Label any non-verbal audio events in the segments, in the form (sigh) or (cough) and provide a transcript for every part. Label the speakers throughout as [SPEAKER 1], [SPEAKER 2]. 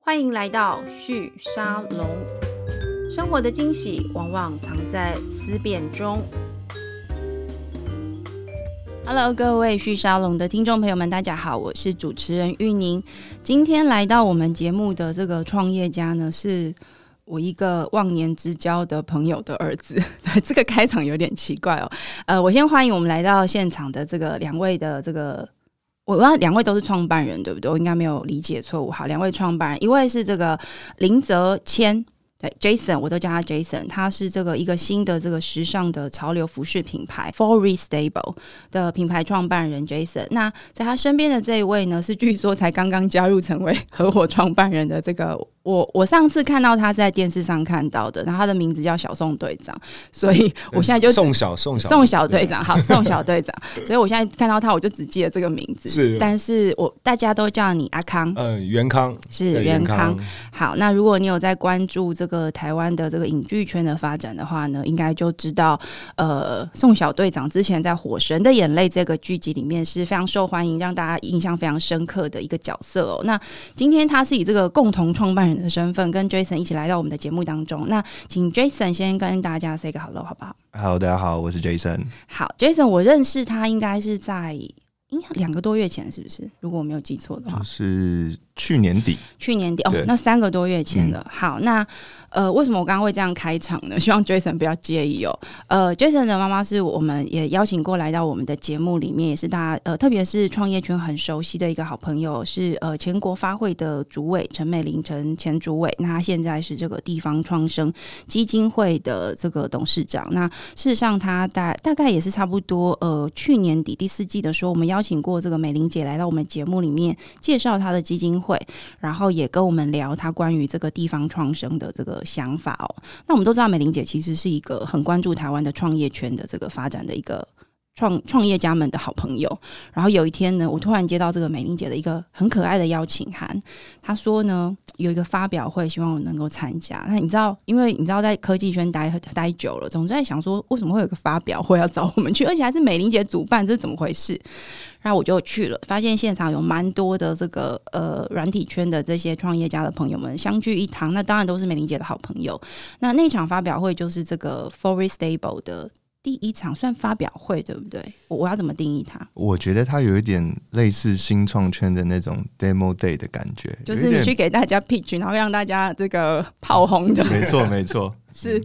[SPEAKER 1] 欢迎来到旭沙龙。生活的惊喜往往藏在思辨中。Hello，各位旭沙龙的听众朋友们，大家好，我是主持人玉宁。今天来到我们节目的这个创业家呢，是我一个忘年之交的朋友的儿子。 (laughs) 这个开场有点奇怪哦。呃，我先欢迎我们来到现场的这个两位的这个我让两位都是创办人，对不对？我应该没有理解错误。好，两位创办人，一位是这个林泽谦，对 Jason，我都叫他 Jason，他是这个一个新的这个时尚的潮流服饰品牌 Fory Stable 的品牌创办人 Jason。那在他身边的这一位呢，是据说才刚刚加入成为合伙创办人的这个我，我上次看到他在电视上看到的，然后他的名字叫小宋队长，所以我现在就
[SPEAKER 2] 宋小宋小
[SPEAKER 1] 宋小队长，好，宋小队长。所以我现在看到他，我就只记得这个名字。
[SPEAKER 2] 是
[SPEAKER 1] 但是我大家都叫你阿康，
[SPEAKER 2] 嗯，元康
[SPEAKER 1] 是
[SPEAKER 2] 对
[SPEAKER 1] 元
[SPEAKER 2] 康
[SPEAKER 1] 康。，好，那如果你有在关注这个台湾的这个影剧圈的发展的话呢，应该就知道，呃，宋小队长之前在《火神的眼泪》这个剧集里面是非常受欢迎，让大家印象非常深刻的一个角色哦。那今天他是以这个共同创办人的身份，跟 Jason 一起来到我们的节目当中。那请 Jason 先跟大家 say 个 hello 好不好？
[SPEAKER 3] Hello，大家好，我是 Jason。
[SPEAKER 1] 好，Jason，我认识他应该是在应该两个多月前，是不是？如果我没有记错的话
[SPEAKER 3] 就，是去年底，
[SPEAKER 1] 去年底哦
[SPEAKER 3] 对，
[SPEAKER 1] 那三个多月前了。好，那呃，为什么我刚刚会这样开场呢？ (laughs) 希望 Jason 不要介意哦。呃，Jason 的妈妈是我们也邀请过来到我们的节目里面，也是大家呃，特别是创业圈很熟悉的一个好朋友，是呃全国发会的主委陈美玲陈前主委，那他现在是这个地方创生基金会的这个董事长。那事实上，他大大概也是差不多呃去年底第四季的时候，我们邀请过这个美玲姐来到我们节目里面介绍她的基金会。然后也跟我们聊她关于这个地方创生的这个想法哦。那我们都知道，美玲姐其实是一个很关注台湾的创业圈的这个发展的一个。创创业家们的好朋友，然后有一天呢，我突然接到这个美玲姐的一个很可爱的邀请函，她说呢有一个发表会，希望我能够参加。那你知道，因为你知道在科技圈待待久了，总是在想说为什么会有一个发表会要找我们去，而且还是美玲姐主办，这是怎么回事？然后我就去了，发现现场有蛮多的这个呃软体圈的这些创业家的朋友们相聚一堂，那当然都是美玲姐的好朋友。那那场发表会就是这个 Forest Stable 的第一场，算发表会对不对？我我要怎么定义它？
[SPEAKER 3] 我觉得它有一点类似新创圈的那种 Demo Day 的感觉，
[SPEAKER 1] 就是
[SPEAKER 3] 有
[SPEAKER 1] 你
[SPEAKER 3] 一
[SPEAKER 1] 去
[SPEAKER 3] 点
[SPEAKER 1] 给大家 pitch，然后让大家这个炮轰的。
[SPEAKER 3] 没错没错，
[SPEAKER 1] (laughs) 是，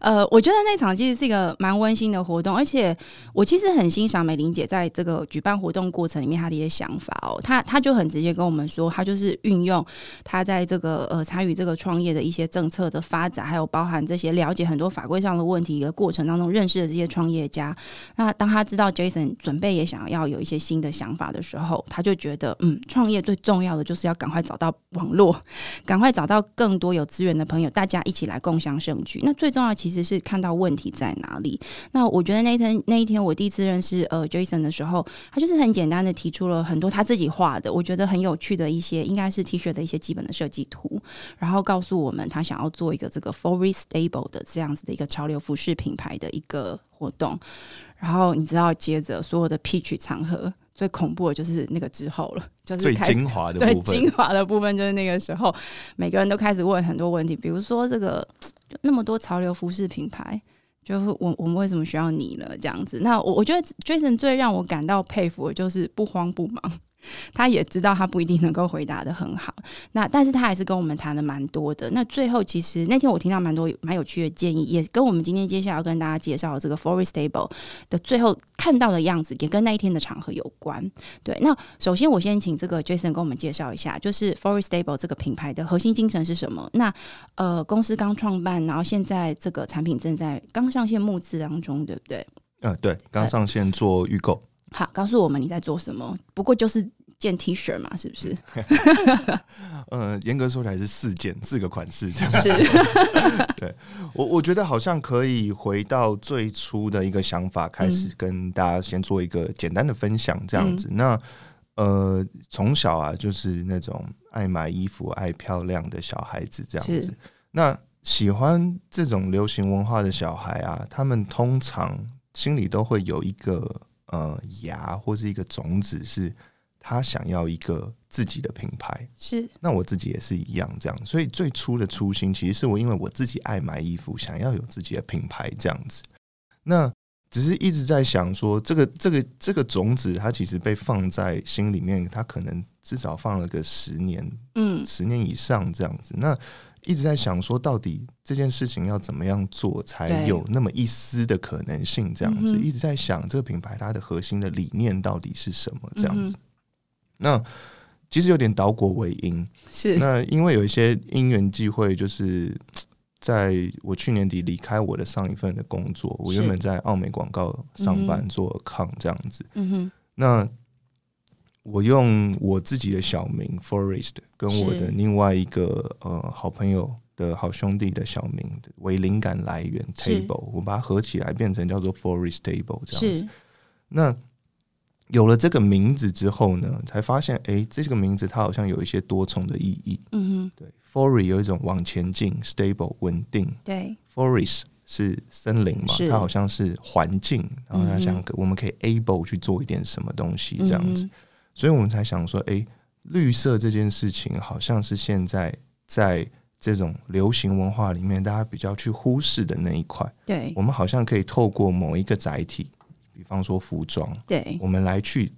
[SPEAKER 1] 呃，我觉得那场其实是一个蛮温馨的活动，而且我其实很欣赏美玲姐在这个举办活动过程里面她的一些想法哦。她她就很直接跟我们说，她就是运用她在这个呃参与这个创业的一些政策的发展，还有包含这些了解很多法规上的问题的过程当中认识的这些创业家。那当她知道 Jason 准备也想要有一些新的想法的时候，她就觉得嗯，创业最重要的就是要赶快找到网络，赶快找到更多有资源的朋友，大家一起来共享盛举。那最重要其实是看到问题在哪里。那我觉得那一天那一天我第一次认识呃 Jason 的时候，他就是很简单的提出了很多他自己画的，我觉得很有趣的一些，应该是 T 恤的一些基本的设计图，然后告诉我们他想要做一个这个 Forest Stable 的这样子的一个潮流服饰品牌的一个活动。然后你知道，接着所有的 pitch 场合最恐怖的就是那个之后了，就是
[SPEAKER 3] (laughs) 最
[SPEAKER 1] 开始
[SPEAKER 3] 精华的
[SPEAKER 1] 对
[SPEAKER 3] 部分
[SPEAKER 1] 精。华的部分就是那个时候，每个人都开始问很多问题，比如说这个就那么多潮流服饰品牌，就是我我们为什么需要你呢？这样子，那我我觉得 Jason 最让我感到佩服的就是不慌不忙。 (laughs) 他也知道他不一定能够回答的很好，那但是他还是跟我们谈了蛮多的。那最后其实那天我听到蛮多蛮有趣的建议，也跟我们今天接下来要跟大家介绍的这个 Forest Table 的最后看到的样子，也跟那一天的场合有关。对，那首先我先请这个 Jason 跟我们介绍一下，就是 Forest Table 这个品牌的核心精神是什么？那呃，公司刚创办，然后现在这个产品正在刚上线募资当中，对不对？
[SPEAKER 3] 嗯、对，刚上线做预购，
[SPEAKER 1] 好，告诉我们你在做什么。不过就是件 T 恤嘛，是不是？
[SPEAKER 3] 呃，严格说起来是四件四个款式这样。
[SPEAKER 1] 是，
[SPEAKER 3] 我我觉得好像可以回到最初的一个想法开始，跟大家先做一个简单的分享，这样子。那呃，从小啊，就是那种爱买衣服、爱漂亮的小孩子，这样子
[SPEAKER 1] 是。
[SPEAKER 3] 那喜欢这种流行文化的小孩啊，他们通常心里都会有一个呃芽或是一个种子是。他想要一个自己的品牌，
[SPEAKER 1] (laughs) 是
[SPEAKER 3] 那我自己也是一样这样。所以最初的初心其实是我因为我自己爱买衣服，想要有自己的品牌这样子。那只是一直在想说，这个这个这个种子，它其实被放在心里面，它可能至少放了个十年
[SPEAKER 1] 嗯
[SPEAKER 3] 十年以上这样子。那一直在想说，到底这件事情要怎么样做才
[SPEAKER 1] 对
[SPEAKER 3] 有那么一丝的可能性？这样子
[SPEAKER 1] 嗯哼
[SPEAKER 3] 一直在想这个品牌它的核心的理念到底是什么？这样
[SPEAKER 1] 嗯
[SPEAKER 3] 子。那其实有点倒果为因。
[SPEAKER 1] 是
[SPEAKER 3] 那因为有一些因缘际会，就是在我去年底离开我的上一份的工作，我
[SPEAKER 1] 是
[SPEAKER 3] 原本在澳美广告上
[SPEAKER 1] 嗯
[SPEAKER 3] 班做抗这样子。
[SPEAKER 1] 嗯哼
[SPEAKER 3] 那我用我自己的小名 Forest 跟我
[SPEAKER 1] 是
[SPEAKER 3] 的另外一个呃好朋友的好兄弟的小名为灵感来源
[SPEAKER 1] 是
[SPEAKER 3] Table，我把它合起来变成叫做 Forest Table 这样子。
[SPEAKER 1] 是
[SPEAKER 3] 那有了这个名字之后呢，才发现诶，这个名字它好像有一些多重的意义。
[SPEAKER 1] 嗯哼
[SPEAKER 3] 对 f o r e s t 有一种往前进，stable 稳定
[SPEAKER 1] 对
[SPEAKER 3] ，forest 是森林嘛
[SPEAKER 1] 是，
[SPEAKER 3] 它好像是环境，然后它
[SPEAKER 1] 嗯
[SPEAKER 3] 想我们可以 able 去做一点什么东西这样子，
[SPEAKER 1] 嗯哼
[SPEAKER 3] 所以我们才想说，诶，绿色这件事情好像是现在在这种流行文化里面大家比较去忽视的那一块，
[SPEAKER 1] 对
[SPEAKER 3] 我们好像可以透过某一个载体，比方说服装，
[SPEAKER 1] 对
[SPEAKER 3] 我们来去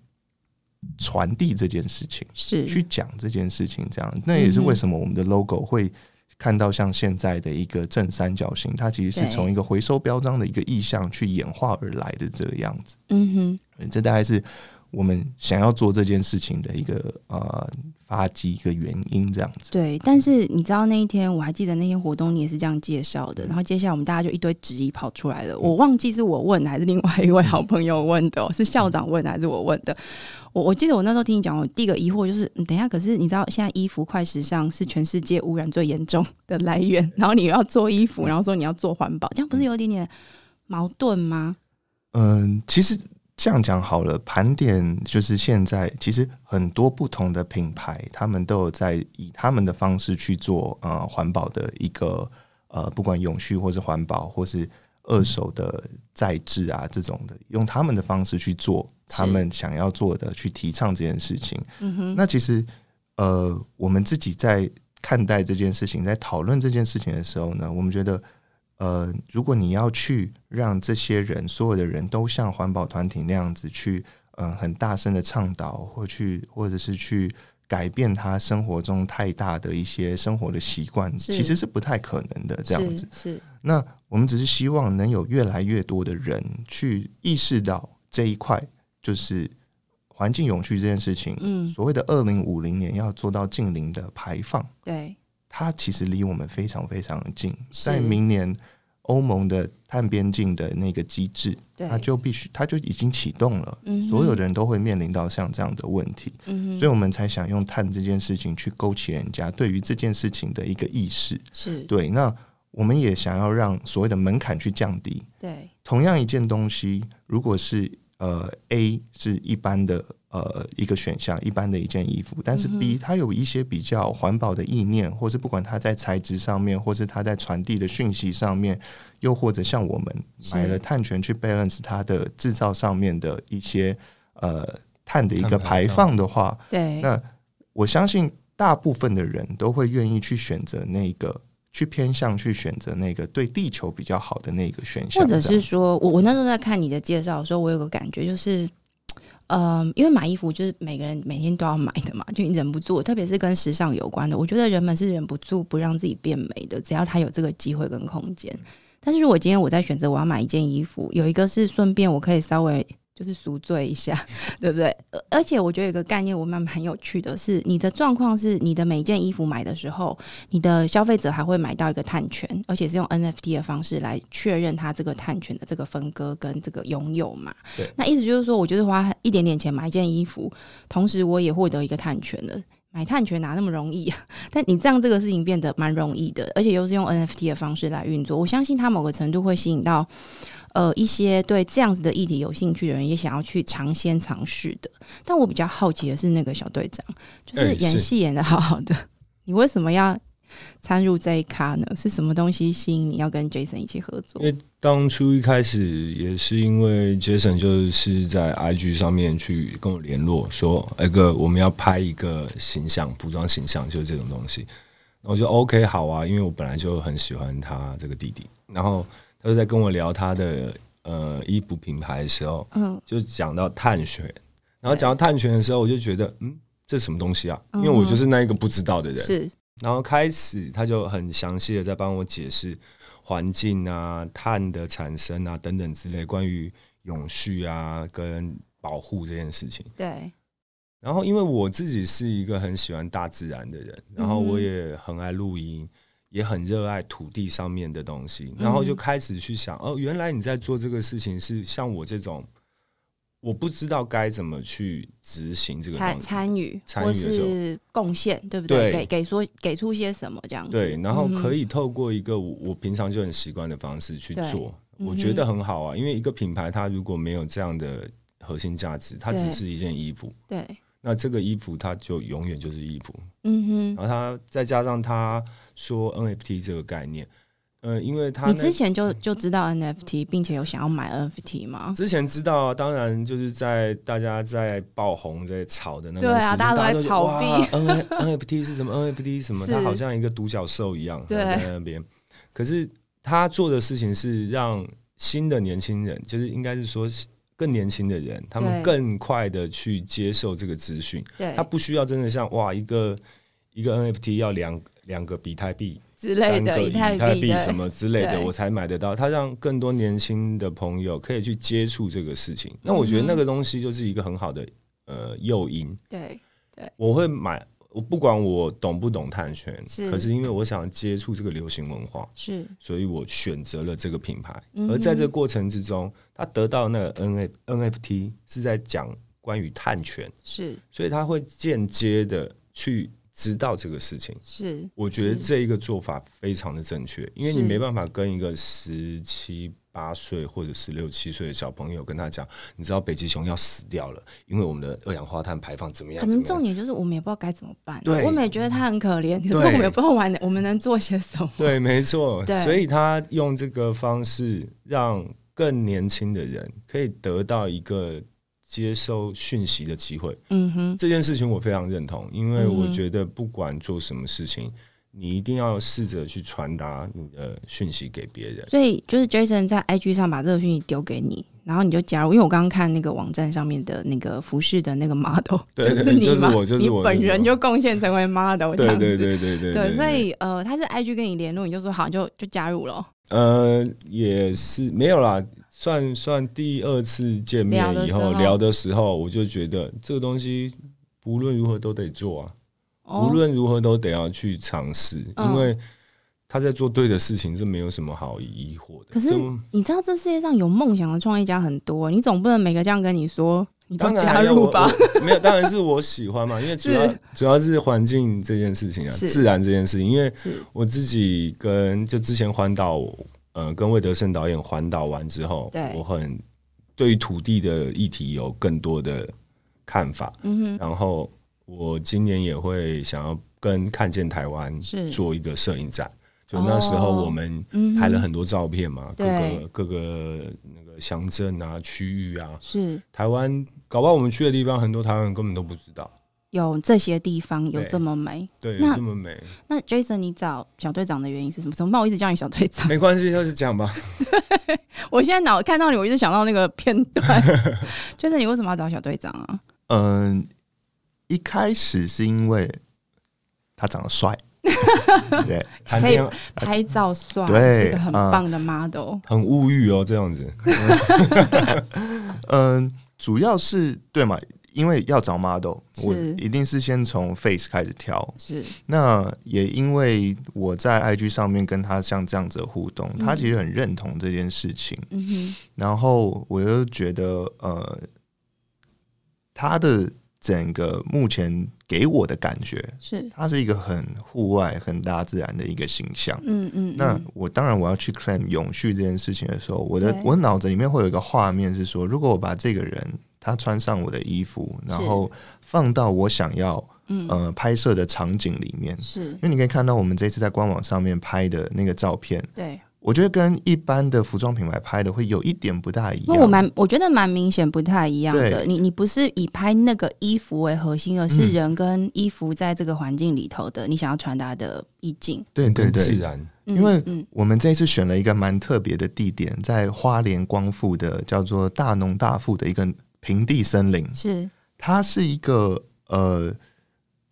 [SPEAKER 3] 传递这件事情。
[SPEAKER 1] 是
[SPEAKER 3] 去讲这件事情，这样那也是为什么我们的 logo 会看到像现在的一个正三角形，它其实
[SPEAKER 1] 对
[SPEAKER 3] 是从一个回收标章的一个意象去演化而来的这个样子。
[SPEAKER 1] 嗯哼
[SPEAKER 3] 这大概是我们想要做这件事情的一个呃发迹一个原因，这样子。
[SPEAKER 1] 对，但是你知道那一天，我还记得那天活动你也是这样介绍
[SPEAKER 3] 嗯
[SPEAKER 1] 的，然后接下来我们大家就一堆质疑跑出来了，我忘记是我问的还是另外一位好朋友问的哦、是校长问的还是我问的？我我记得我那时候听你讲，我第一个疑惑就是，嗯、等一下，可是你知道现在衣服快时尚是全世界污染最严重的来源，然后你又要做衣服，然后说你要做环保，这样不是有一点点矛盾吗？
[SPEAKER 3] 嗯，其实这样讲好了，盘点就是现在其实很多不同的品牌，他们都有在以他们的方式去做呃环保的一个呃，不管永续或是环保或是二手的再制啊这种的，用他们的方式去做他
[SPEAKER 1] 是
[SPEAKER 3] 们想要做的，去提倡这件事情。
[SPEAKER 1] 嗯哼，
[SPEAKER 3] 那其实呃，我们自己在看待这件事情，在讨论这件事情的时候呢，我们觉得。呃，如果你要去让这些人，所有的人都像环保团体那样子去，嗯、很大声的倡导，或去，或者是去改变他生活中太大的一些生活的习惯，
[SPEAKER 1] 是
[SPEAKER 3] 其实是不太可能的。这样子，
[SPEAKER 1] 是是
[SPEAKER 3] 那我们只是希望能有越来越多的人去意识到这一块，就是环境永续这件事情。
[SPEAKER 1] 嗯，
[SPEAKER 3] 所谓的二零五零年要做到近零的排放，
[SPEAKER 1] 对，
[SPEAKER 3] 它其实离我们非常非常近。
[SPEAKER 1] 是
[SPEAKER 3] 在明年欧盟的碳边境的那个机制，
[SPEAKER 1] 对，
[SPEAKER 3] 它就必须，它就已经启动了。
[SPEAKER 1] 嗯哼
[SPEAKER 3] 所有的人都会面临到像这样的问题，
[SPEAKER 1] 嗯
[SPEAKER 3] 所以
[SPEAKER 1] 哼，
[SPEAKER 3] 我们才想用碳这件事情去勾起人家对于这件事情的一个意识。
[SPEAKER 1] 是
[SPEAKER 3] 对，那我们也想要让所谓的门槛去降低。
[SPEAKER 1] 对
[SPEAKER 3] 同样一件东西，如果是呃 A 是一般的呃一个选项，一般的一件衣服，但
[SPEAKER 1] 嗯
[SPEAKER 3] 是 B 它有一些比较环保的意念，或是不管它在材质上面，或是它在传递的讯息上面，又或者像我们
[SPEAKER 1] 是
[SPEAKER 3] 买了碳权去 balance 它的制造上面的一些呃碳的一个
[SPEAKER 2] 碳排
[SPEAKER 3] 排放的话，
[SPEAKER 1] 对，
[SPEAKER 3] 那我相信大部分的人都会愿意去选择那个，去偏向去选择那个对地球比较好的那个选项，
[SPEAKER 1] 或者
[SPEAKER 3] 这
[SPEAKER 1] 是
[SPEAKER 3] 样子，
[SPEAKER 1] 说我我那时候在看你的介绍的时候，我有个感觉就是，嗯、因为买衣服就是每个人每天都要买的嘛，就你忍不住，特别是跟时尚有关的，我觉得人们是忍不住不让自己变美的，只要他有这个机会跟空间。
[SPEAKER 3] 嗯
[SPEAKER 1] 但是如果今天我在选择我要买一件衣服，有一个是顺便我可以稍微就是赎罪一
[SPEAKER 3] (laughs)
[SPEAKER 1] 下，对不对？呃而且我觉得有一个概念我蛮蛮有趣的是，你的状况是你的每一件衣服买的时候，你的消费者还会买到一个碳权，而且是用 NFT 的方式来确认他这个碳权的这个分割跟这个拥有嘛
[SPEAKER 3] 对。
[SPEAKER 1] 那意思就是说，我就是花一点点钱买一件衣服，同时我也获得一个碳权了。买碳权哪那么容易啊？ (laughs) 但你这样这个事情变得蛮容易的，而且又是用 NFT 的方式来运作，我相信它某个程度会吸引到呃一些对这样子的议题有兴趣的人，也想要去尝鲜尝试的。但我比较好奇的是，那个小队长就是
[SPEAKER 2] 哎
[SPEAKER 1] 演
[SPEAKER 2] 是
[SPEAKER 1] 戏演的好好的，你为什么要参入这一咖呢？是什么东西吸引你要跟 Jason 一起合作
[SPEAKER 2] 因？为当初一开始也是因为 Jason 就是在 IG 上面去跟我联络，说哎哥，我们要拍一个形象，服装形象，就是这种东西。然后我就 OK 好啊，因为我本来就很喜欢他这个弟弟。然后他就在跟我聊他的呃衣服品牌的时候，
[SPEAKER 1] 嗯
[SPEAKER 2] 就讲到碳选，然后讲到碳选的时候，我就觉得嗯，这是什么东西啊？因为我就是那一个不知道的人。
[SPEAKER 1] 是
[SPEAKER 2] 然后开始他就很详细的在帮我解释环境啊、碳的产生啊等等之类关于永续啊跟保护这件事情。
[SPEAKER 1] 对，
[SPEAKER 2] 然后因为我自己是一个很喜欢大自然的人，然后我也很爱露营。也很热爱土地上面的东西，然后就开始去想，哦，原来你在做这个事情是像我这种，我不知道该怎么去执行这个
[SPEAKER 1] 参
[SPEAKER 2] 东西，
[SPEAKER 1] 参与
[SPEAKER 2] 参与
[SPEAKER 1] 或
[SPEAKER 2] 的时候
[SPEAKER 1] 是贡献，对不对？
[SPEAKER 2] 对
[SPEAKER 1] 给给说给出些什么这样子？嗯
[SPEAKER 2] 对，然后可
[SPEAKER 1] 以
[SPEAKER 2] 以透过一个我我平常就很习惯的方式去
[SPEAKER 1] 对
[SPEAKER 2] 做，
[SPEAKER 1] 嗯哼
[SPEAKER 2] 我觉得很好啊。因为一个品牌它如果没有这样的核心价值，它只
[SPEAKER 1] 对
[SPEAKER 2] 是一件衣服，
[SPEAKER 1] 对，
[SPEAKER 2] 那这个衣服它就永远就是衣服。
[SPEAKER 1] 嗯
[SPEAKER 2] 然后它再加上他说 NFT 这个概念，呃，因为
[SPEAKER 1] 哼，
[SPEAKER 2] 他
[SPEAKER 1] 你之前就就知道 NFT，并且有想要买 NFT 吗？
[SPEAKER 2] 之前知道啊，当然就是在大家在爆红、在炒的那
[SPEAKER 1] 对
[SPEAKER 2] 个
[SPEAKER 1] 啊
[SPEAKER 2] 时间，
[SPEAKER 1] 大家都在
[SPEAKER 2] 都觉得
[SPEAKER 1] 炒
[SPEAKER 2] 哇
[SPEAKER 1] 币
[SPEAKER 2] N NFT 是什么？NFT 什么？
[SPEAKER 1] 是
[SPEAKER 2] 它好像一个独角兽一样，
[SPEAKER 1] 对
[SPEAKER 2] 然后在那边。可是他做的事情是让新的年轻人，就是应该是说更年轻的人，他
[SPEAKER 1] 对
[SPEAKER 2] 们更快的去接受这个资讯。
[SPEAKER 1] 对
[SPEAKER 2] 他，不需要真的像哇一个一个 NFT 要两两个比特币、
[SPEAKER 1] 之类
[SPEAKER 2] 三
[SPEAKER 1] 的
[SPEAKER 2] 个
[SPEAKER 1] 以
[SPEAKER 2] 以
[SPEAKER 1] 太
[SPEAKER 2] 太
[SPEAKER 1] 币
[SPEAKER 2] 币
[SPEAKER 1] 对
[SPEAKER 2] 什么之类的，
[SPEAKER 1] 对
[SPEAKER 2] 我才买得到。它让更多年轻的朋友可以去接触这个事情。那我觉
[SPEAKER 1] 嗯
[SPEAKER 2] 得那个东西就是一个很好的呃诱因。
[SPEAKER 1] 对
[SPEAKER 2] 我会买，我不管我懂不懂碳权，
[SPEAKER 1] 是
[SPEAKER 2] 可是因为我想接触这个流行文化，
[SPEAKER 1] 是
[SPEAKER 2] 所以我选择了这个品牌。
[SPEAKER 1] 嗯哼
[SPEAKER 2] 而在这个过程之中，他得到那个 N F NFT 是在讲关于碳权，
[SPEAKER 1] 是
[SPEAKER 2] 所以他会间接的去知道这个事情。
[SPEAKER 1] 是，
[SPEAKER 2] 我觉得
[SPEAKER 1] 是
[SPEAKER 2] 这一个做法非常的正确，因为你没办法跟一个十七八岁或者十六七岁的小朋友跟他讲，你知道北极熊要死掉了，因为我们的二氧化碳排放怎么样？
[SPEAKER 1] 可
[SPEAKER 2] 怎
[SPEAKER 1] 能
[SPEAKER 2] 么样
[SPEAKER 1] 重点就是我们也不知道该怎么办。啊
[SPEAKER 2] 对
[SPEAKER 1] 我们也觉得他很可怜，可是
[SPEAKER 2] 对
[SPEAKER 1] 我们也不知道玩的我们能做些什么。
[SPEAKER 2] 对，没
[SPEAKER 1] (laughs)
[SPEAKER 2] 错
[SPEAKER 1] 对，
[SPEAKER 2] 所以他用这个方式让更年轻的人可以得到一个接收讯息的机会。
[SPEAKER 1] 嗯哼，
[SPEAKER 2] 这件事情我非常认同，因为
[SPEAKER 1] 嗯
[SPEAKER 2] 我
[SPEAKER 1] 哼
[SPEAKER 2] 觉得不管做什么事情，你一定要试着去传达你的讯息给别人。
[SPEAKER 1] 所以就是 Jason 在 IG 上把这个讯息丢给你，然后你就加入。因为我刚刚看那个网站上面的那个服饰的那个
[SPEAKER 2] (laughs)
[SPEAKER 1] model，
[SPEAKER 2] 对
[SPEAKER 1] 就是
[SPEAKER 2] 对
[SPEAKER 1] 你嘛，
[SPEAKER 2] 就是我就是我
[SPEAKER 1] 你本人
[SPEAKER 2] 就是
[SPEAKER 1] 就贡献成为 model 这
[SPEAKER 2] 对
[SPEAKER 1] 样子。
[SPEAKER 2] 对对对对
[SPEAKER 1] 对所以呃，他是 IG 跟你联络，你就说好，就就加入了。
[SPEAKER 2] 呃也是没有啦，算算第二次见面
[SPEAKER 1] 聊
[SPEAKER 2] 以
[SPEAKER 1] 的
[SPEAKER 2] 后
[SPEAKER 1] 时候
[SPEAKER 2] 聊的时候，我就觉得这个东西无论如何都得做啊，
[SPEAKER 1] 哦
[SPEAKER 2] 无论如何都得要去尝试，
[SPEAKER 1] 嗯
[SPEAKER 2] 因为他在做对的事情是没有什么好疑惑的。
[SPEAKER 1] 可是
[SPEAKER 2] 就
[SPEAKER 1] 你知道这世界上有梦想的创业家很多，你总不能每个这样跟你说，你都
[SPEAKER 2] 当然
[SPEAKER 1] 加
[SPEAKER 2] 还有
[SPEAKER 1] 入
[SPEAKER 2] 我
[SPEAKER 1] 吧？
[SPEAKER 2] 我 (laughs) 没有，当然是我喜欢嘛，因为主要
[SPEAKER 1] 是
[SPEAKER 2] 主要是环境这件事情啊，
[SPEAKER 1] 是
[SPEAKER 2] 自然这件事情，因
[SPEAKER 1] (laughs)
[SPEAKER 2] 为
[SPEAKER 1] 是，
[SPEAKER 2] 我自己跟就之前环岛，呃，跟魏德胜导演环岛完之后
[SPEAKER 1] 对，
[SPEAKER 2] 我很对于土地的议题有更多的看法。
[SPEAKER 1] 嗯哼，
[SPEAKER 2] 然后我今年也会想要跟看见台湾
[SPEAKER 1] 是
[SPEAKER 2] 做一个摄影展。就那时候
[SPEAKER 1] 哦
[SPEAKER 2] 我们
[SPEAKER 1] 嗯哼
[SPEAKER 2] 拍了很多照片嘛，各
[SPEAKER 1] 对
[SPEAKER 2] 个各个那个乡镇啊、区域啊，
[SPEAKER 1] 是
[SPEAKER 2] 台湾搞不好我们去的地方很多台湾人根本都不知道。
[SPEAKER 1] 有这些地方有
[SPEAKER 2] 对
[SPEAKER 1] 这么美。
[SPEAKER 2] 对，
[SPEAKER 1] 那
[SPEAKER 2] 这么美，
[SPEAKER 1] 那 Jason，你找小队长的原因是什么？怎么办？我一直叫你小队长，
[SPEAKER 2] 没关系，就是讲吧。
[SPEAKER 1] 我现在脑看到你，我一直想到那个片段。Jason，你为
[SPEAKER 3] (laughs)
[SPEAKER 1] 什么要找小队长啊？
[SPEAKER 3] 嗯、一开始是因为他长得帅，对，
[SPEAKER 2] 谈
[SPEAKER 1] 可以
[SPEAKER 2] 恋爱
[SPEAKER 1] 拍照帅，
[SPEAKER 3] 啊对
[SPEAKER 1] 是个很
[SPEAKER 3] 啊
[SPEAKER 1] 棒的 model。
[SPEAKER 2] 很物欲哦，这样子。
[SPEAKER 3] 嗯、主要是对嘛，因为要找 model，我
[SPEAKER 1] 是
[SPEAKER 3] 一定是先从 face 开始挑。
[SPEAKER 1] 是，
[SPEAKER 3] 那也因为我在 IG 上面跟他像这样子的互动，他其实很认同这件事情。
[SPEAKER 1] 嗯
[SPEAKER 3] 然后我又觉得，呃，他的整个目前给我的感觉，
[SPEAKER 1] 哼，是，
[SPEAKER 3] 他是一个很户外、很大自然的一个形象。
[SPEAKER 1] 嗯嗯，
[SPEAKER 3] 那
[SPEAKER 1] 嗯
[SPEAKER 3] 我当然我要去 claim 永续这件事情的时候，我的
[SPEAKER 1] 对
[SPEAKER 3] 我脑子里面会有一个画面是说，如果我把这个人他穿上我的衣服，然后放到我想要
[SPEAKER 1] 嗯，
[SPEAKER 3] 呃拍摄的场景里面，
[SPEAKER 1] 是
[SPEAKER 3] 因为你可以看到我们这次在官网上面拍的那个照片，
[SPEAKER 1] 对。
[SPEAKER 3] 我觉得跟一般的服装品牌拍的会有一点不大一
[SPEAKER 1] 因
[SPEAKER 3] 样。
[SPEAKER 1] 为我蛮，我觉得蛮明显不太一样的。
[SPEAKER 3] 对嗯
[SPEAKER 1] 你你不是以拍那个衣服为核心，而是人跟衣服在这个环境里头的你想要传达的意境。
[SPEAKER 3] 对对
[SPEAKER 2] 更自
[SPEAKER 3] 对，
[SPEAKER 2] 然。
[SPEAKER 1] 嗯
[SPEAKER 3] 因为
[SPEAKER 1] 嗯，
[SPEAKER 3] 我们这次选了一个蛮特别的地点，在花莲光复的叫做大农大富的一个平地森林，
[SPEAKER 1] 是
[SPEAKER 3] 它是一个呃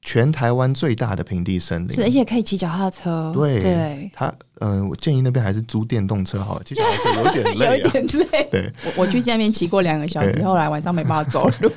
[SPEAKER 3] 全台湾最大的平地森林。
[SPEAKER 1] 是，而且可以骑脚踏车。
[SPEAKER 3] 对
[SPEAKER 1] 对，
[SPEAKER 3] 它呃，我建议那边还是租电动车好了，骑脚踏车有点
[SPEAKER 1] (laughs) 有
[SPEAKER 3] 累
[SPEAKER 1] 一
[SPEAKER 3] 啊。
[SPEAKER 1] 点累。
[SPEAKER 3] 对，
[SPEAKER 1] 我我去见面骑过两个小时，
[SPEAKER 3] 对
[SPEAKER 1] 后来晚上没办法走路。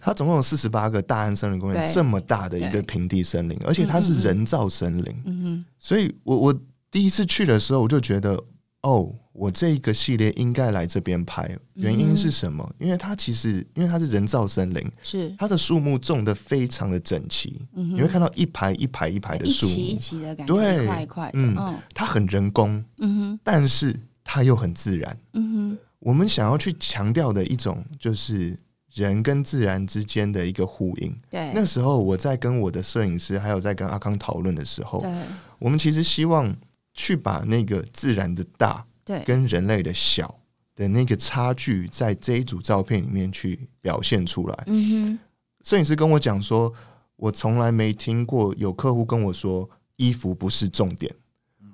[SPEAKER 3] 它总共有四十八个大安森林公园
[SPEAKER 1] 对
[SPEAKER 3] 这么大的一
[SPEAKER 1] 对
[SPEAKER 3] 个平地森林，而且它
[SPEAKER 1] 嗯嗯嗯
[SPEAKER 3] 是人造森林，
[SPEAKER 1] 嗯
[SPEAKER 3] 所以我我第一次去的时候，我就觉得，哦，我这个系列应该来这边拍。原因
[SPEAKER 1] 嗯
[SPEAKER 3] 是什么？因为它其实因为它是人造森林，
[SPEAKER 1] 哼，是，
[SPEAKER 3] 它的树木种的非常的整齐，
[SPEAKER 1] 嗯哼
[SPEAKER 3] 你会看到一排一排一排的
[SPEAKER 1] 一
[SPEAKER 3] 树
[SPEAKER 1] 起一
[SPEAKER 3] 木，
[SPEAKER 1] 起的感觉，
[SPEAKER 3] 对
[SPEAKER 1] 一块一块的。
[SPEAKER 3] 嗯
[SPEAKER 1] 嗯
[SPEAKER 3] 它很人工，
[SPEAKER 1] 嗯哼
[SPEAKER 3] 但是它又很自然。
[SPEAKER 1] 嗯
[SPEAKER 3] 我们想要去强调的一种就是人跟自然之间的一个呼应。
[SPEAKER 1] 哼，对，
[SPEAKER 3] 那时候我在跟我的摄影师，还有在跟阿康讨论的时候，
[SPEAKER 1] 对
[SPEAKER 3] 我们其实希望去把那个自然的大
[SPEAKER 1] 对
[SPEAKER 3] 跟人类的小的那个差距，在这一组照片里面去表现出来。
[SPEAKER 1] 嗯
[SPEAKER 3] 摄影师跟我讲说，我从来没听过有客户跟我说衣服不是重点，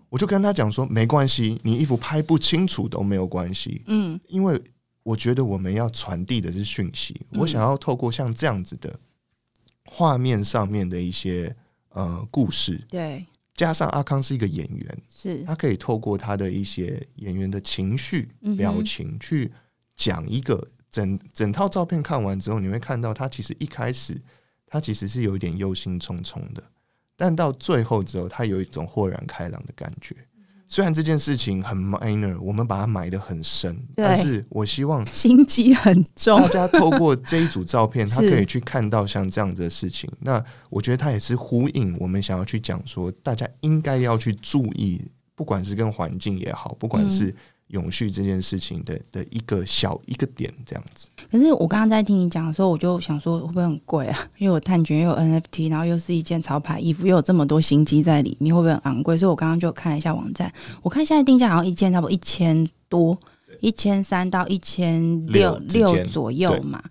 [SPEAKER 3] 我就跟他讲说没关系，你衣服拍不清楚都没有关系
[SPEAKER 1] 哼，，嗯
[SPEAKER 3] 因为我觉得我们要传递的是讯息，
[SPEAKER 1] 嗯
[SPEAKER 3] 我想要透过像这样子的画面上面的一些呃故事，
[SPEAKER 1] 对
[SPEAKER 3] 加上阿康是一个演员，
[SPEAKER 1] 是，
[SPEAKER 3] 他可以透过他的一些演员的情绪
[SPEAKER 1] 嗯哼、
[SPEAKER 3] 表情去讲一个整整套照片。看完之后，你会看到他其实一开始他其实是有一点忧心忡忡的，但到最后之后，他有一种豁然开朗的感觉。虽然这件事情很 minor，我们把它埋得很深，
[SPEAKER 1] 对
[SPEAKER 3] 但是我希望
[SPEAKER 1] 心机很重 (laughs)
[SPEAKER 3] 大。家透过这一组照片，他
[SPEAKER 1] 是
[SPEAKER 3] 可以去看到像这样子的事情。那我觉得它也是呼应我们想要去讲说，大家应该要去注意，不管是跟环境也好，不管是永续这件事情的的一个小一个点这样子。
[SPEAKER 1] 可是我刚刚在听你讲的时候，我就想说会不会很贵啊？ (laughs) 因为我探觉又有 NFT，然后又是一件潮牌衣服，又有这么多心机在里面，会不会很昂贵？所以我刚刚就看了一下网站，我看现在定价好像一件差不多一千多，一千三到一千六
[SPEAKER 3] 之间
[SPEAKER 1] 六左右嘛。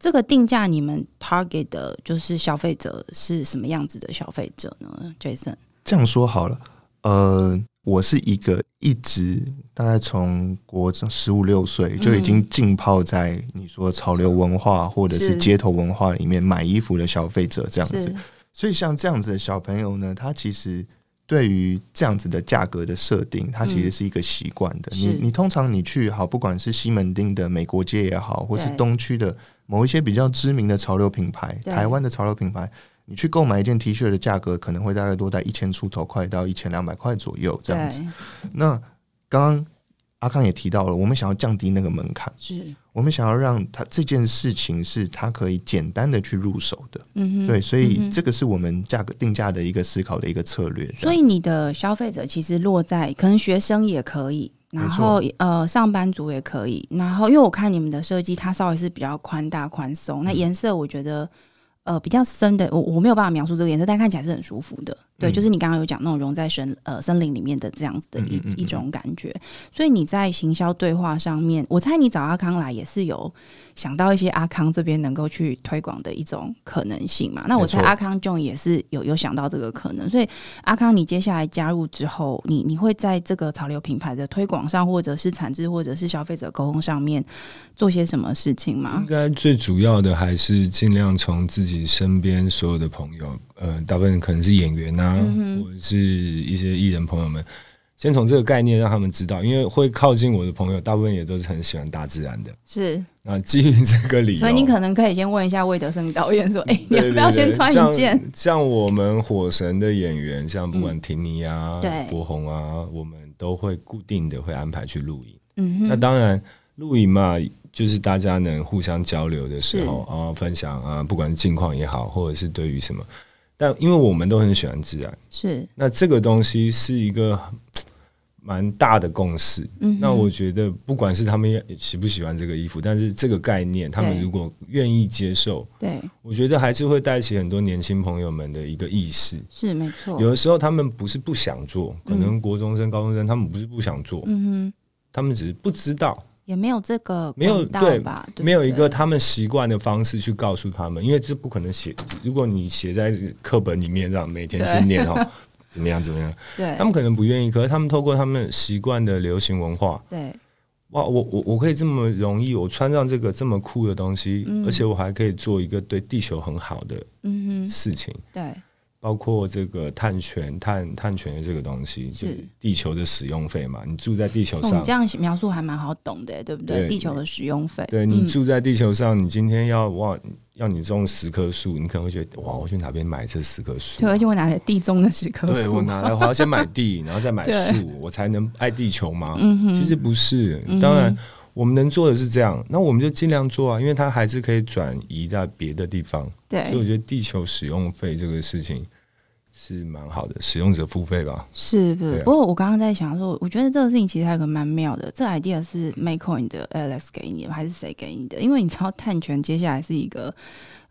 [SPEAKER 1] 这个定价你们 target 的就是消费者是什么样子的消费者呢？Jason，
[SPEAKER 3] 这样说好了，呃，我是一个一直大概从国中十五六岁就已经浸泡在你说潮流文化或者是
[SPEAKER 1] 是
[SPEAKER 3] 街头文化里面买衣服的消费者这样子
[SPEAKER 1] 是。
[SPEAKER 3] 所以像这样子的小朋友呢，他其实对于这样子的价格的设定，他其实是一个习惯的。
[SPEAKER 1] 嗯
[SPEAKER 3] 你
[SPEAKER 1] 是
[SPEAKER 3] 你通常你去好，不管是西门町的美国街也好，或是
[SPEAKER 1] 对
[SPEAKER 3] 东区的某一些比较知名的潮流品牌，
[SPEAKER 1] 对
[SPEAKER 3] 台湾的潮流品牌，你去购买一件 T 恤的价格可能会大概多在一千出头块到一千两百块左右这样子。
[SPEAKER 1] 对，
[SPEAKER 3] 那刚刚阿康也提到了，我们想要降低那个门槛，
[SPEAKER 1] 是，
[SPEAKER 3] 我们想要让他这件事情是他可以简单的去入手的。
[SPEAKER 1] 嗯哼，
[SPEAKER 3] 对，所
[SPEAKER 1] 嗯
[SPEAKER 3] 以
[SPEAKER 1] 哼
[SPEAKER 3] 这个是我们价格定价的一个思考的一个策略。这
[SPEAKER 1] 所
[SPEAKER 3] 样
[SPEAKER 1] 以你的消费者其实落在可能学生也可以，然后呃上班族也可以，然后因为我看你们的设计，它稍微是比较宽大宽
[SPEAKER 3] 嗯
[SPEAKER 1] 松，那颜色我觉得。呃，比较深的，我我没有办法描述这个颜色，但看起来是很舒服的。对，
[SPEAKER 3] 嗯
[SPEAKER 1] 就是你刚刚有讲那种融在森呃森林里面的这样子的一
[SPEAKER 3] 嗯嗯嗯嗯
[SPEAKER 1] 一种感觉。所以你在行销对话上面，我猜你找阿康来也是有想到一些阿康这边能够去推广的一种可能性嘛。那我
[SPEAKER 3] 没错
[SPEAKER 1] 猜阿康 John 也是有有想到这个可能，所以阿康，你接下来加入之后，你你会在这个潮流品牌的推广上，或者是产制，或者是消费者沟通上面做些什么事情
[SPEAKER 2] 应
[SPEAKER 1] 吗？
[SPEAKER 2] 该最主要的还是尽量从自己身边所有的朋友，呃，大部分可能是演员啊，
[SPEAKER 1] 嗯哼
[SPEAKER 2] 或者是一些艺人朋友们，先从这个概念让他们知道，因为会靠近我的朋友，大部分也都是很喜欢大自然的。
[SPEAKER 1] 是，
[SPEAKER 2] 那基于这个理由，
[SPEAKER 1] 所以你可能可以先问一下魏德胜导演说：“哎、你
[SPEAKER 2] 嗯对
[SPEAKER 1] 要不要先穿一件？”？嗯
[SPEAKER 2] 对对像像我们火神的演员，像不管婷妮啊、
[SPEAKER 1] 对
[SPEAKER 2] 博宏啊，我们都会固定的会安排去露营。
[SPEAKER 1] 嗯
[SPEAKER 2] 那
[SPEAKER 1] 哼，
[SPEAKER 2] 当然，露营嘛，就是大家能互相交流的时候啊，分享啊，不管是近况也好，或者是对于什么，但因为我们都很喜欢自然，
[SPEAKER 1] 是
[SPEAKER 2] 那这个东西是一个蛮大的共识。
[SPEAKER 1] 嗯哼
[SPEAKER 2] 那我觉得，不管是他们喜不喜欢这个衣服，但是这个概念，他们
[SPEAKER 1] 对
[SPEAKER 2] 如果愿意接受，
[SPEAKER 1] 对
[SPEAKER 2] 我觉得还是会带起很多年轻朋友们的一个意识。
[SPEAKER 1] 是没错，
[SPEAKER 2] 有的时候他们不是不想做，可能国中生、高中生他们不是不想做，
[SPEAKER 1] 嗯哼，
[SPEAKER 2] 他们只是不知道，
[SPEAKER 1] 也没有这个
[SPEAKER 2] 没有
[SPEAKER 1] 管道
[SPEAKER 2] 对
[SPEAKER 1] 吧，对不
[SPEAKER 2] 没有一
[SPEAKER 1] 对
[SPEAKER 2] 个他们习惯的方式去告诉他们，因为这不可能写。如果你写在课本里面，让每天
[SPEAKER 1] 对
[SPEAKER 2] 去念
[SPEAKER 1] (laughs)
[SPEAKER 2] 哦，怎么样怎么样，
[SPEAKER 1] 对
[SPEAKER 2] 他们可能不愿意，可是他们透过他们习惯的流行文化，
[SPEAKER 1] 对
[SPEAKER 2] 哇，我我我可以这么容易，我穿上这个这么酷的东西，
[SPEAKER 1] 嗯
[SPEAKER 2] 而且我还可以做一个对地球很好的
[SPEAKER 1] 嗯哼
[SPEAKER 2] 事情，
[SPEAKER 1] 对
[SPEAKER 2] 包括这个碳权、碳碳权的这个东西，就是是地球的使用费嘛，你住在地球
[SPEAKER 1] 哦，
[SPEAKER 2] 上
[SPEAKER 1] 你这。样描述还蛮好懂的，对不对？
[SPEAKER 2] 对
[SPEAKER 1] 地球的使用费，
[SPEAKER 2] 对你
[SPEAKER 1] 嗯
[SPEAKER 2] 住在地球上，你今天要哇，要你种十棵树，你可能会觉得哇，我去哪边买这十棵树
[SPEAKER 1] 对，？而且我拿了地中的十棵
[SPEAKER 2] 对我
[SPEAKER 1] 树，
[SPEAKER 2] 拿来，我要先买地，然后再
[SPEAKER 1] (laughs)
[SPEAKER 2] 买
[SPEAKER 1] 对
[SPEAKER 2] 树，我才能爱地球吗？
[SPEAKER 1] 嗯哼，
[SPEAKER 2] 其实不是
[SPEAKER 1] 嗯哼，
[SPEAKER 2] 当然我们能做的是这样，那我们就尽量做啊，因为它还是可以转移到别的地方。所以我
[SPEAKER 1] 对
[SPEAKER 2] 觉得地球使用费这个事情是蛮好的，使用者付费吧。
[SPEAKER 1] 是不
[SPEAKER 2] 对啊
[SPEAKER 1] 不过我刚刚在想说，我觉得这个事情其实还有个蛮妙的，这 idea 是 Makecoin 的 Alex 给你的，还是谁给你的？因为你知道碳权接下来是一个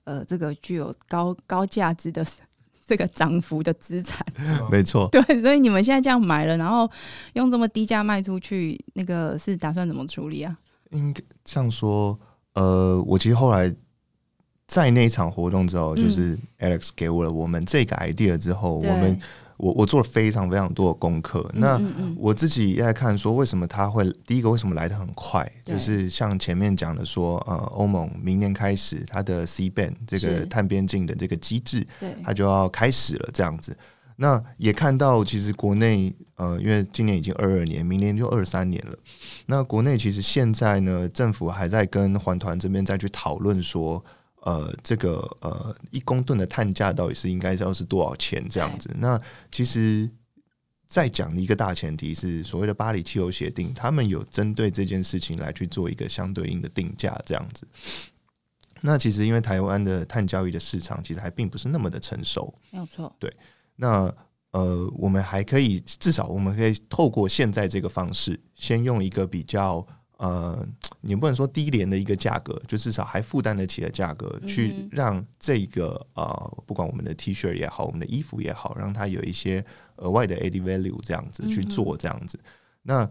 [SPEAKER 1] 呃，这个具有高高价值的 (laughs) 这个涨幅的资产。 (laughs)
[SPEAKER 3] 没错。
[SPEAKER 1] 对，所以你们现在这样买了，然后用这么低价卖出去，那个是打算怎么处理啊？
[SPEAKER 3] 应该这样说，呃，我其实后来在那一场活动之后，
[SPEAKER 1] 嗯
[SPEAKER 3] 就是 Alex 给我了我们这个 idea 之后，
[SPEAKER 1] 对
[SPEAKER 3] 我们我我做了非常非常多的功课。那
[SPEAKER 1] 嗯嗯
[SPEAKER 3] 我自己也在看说，为什么他会第一个为什么来的很快？
[SPEAKER 1] 对
[SPEAKER 3] 就是像前面讲的说，呃，欧盟明年开始它的 C ban 这
[SPEAKER 1] 是
[SPEAKER 3] 个碳边境的这个机制，
[SPEAKER 1] 嗯
[SPEAKER 3] 它就要开始了这样子。那也看到，其实国内呃，因为今年已经二二年，明年就二三年了。那国内其实现在呢，政府还在跟环团这边再去讨论说，呃，这个呃一公吨的碳价到底是应该要是多少钱这样子。那其实再讲的一个大前提是，所谓的巴黎气候协定，他们有针对这件事情来去做一个相对应的定价这样子。那其实因为台湾的碳交易的市场其实还并不是那么的成熟，
[SPEAKER 1] 对，没有错，
[SPEAKER 3] 那呃，我们还可以至少我们可以透过现在这个方式，先用一个比较呃，你不能说低廉的一个价格，就至少还负担得起的价格，
[SPEAKER 1] 嗯
[SPEAKER 3] 去
[SPEAKER 1] 哼
[SPEAKER 3] 让这个呃，不管我们的 T 恤也好，我们的衣服也好，让它有一些额外的 add value 这样子去
[SPEAKER 1] 嗯哼
[SPEAKER 3] 做这样子。那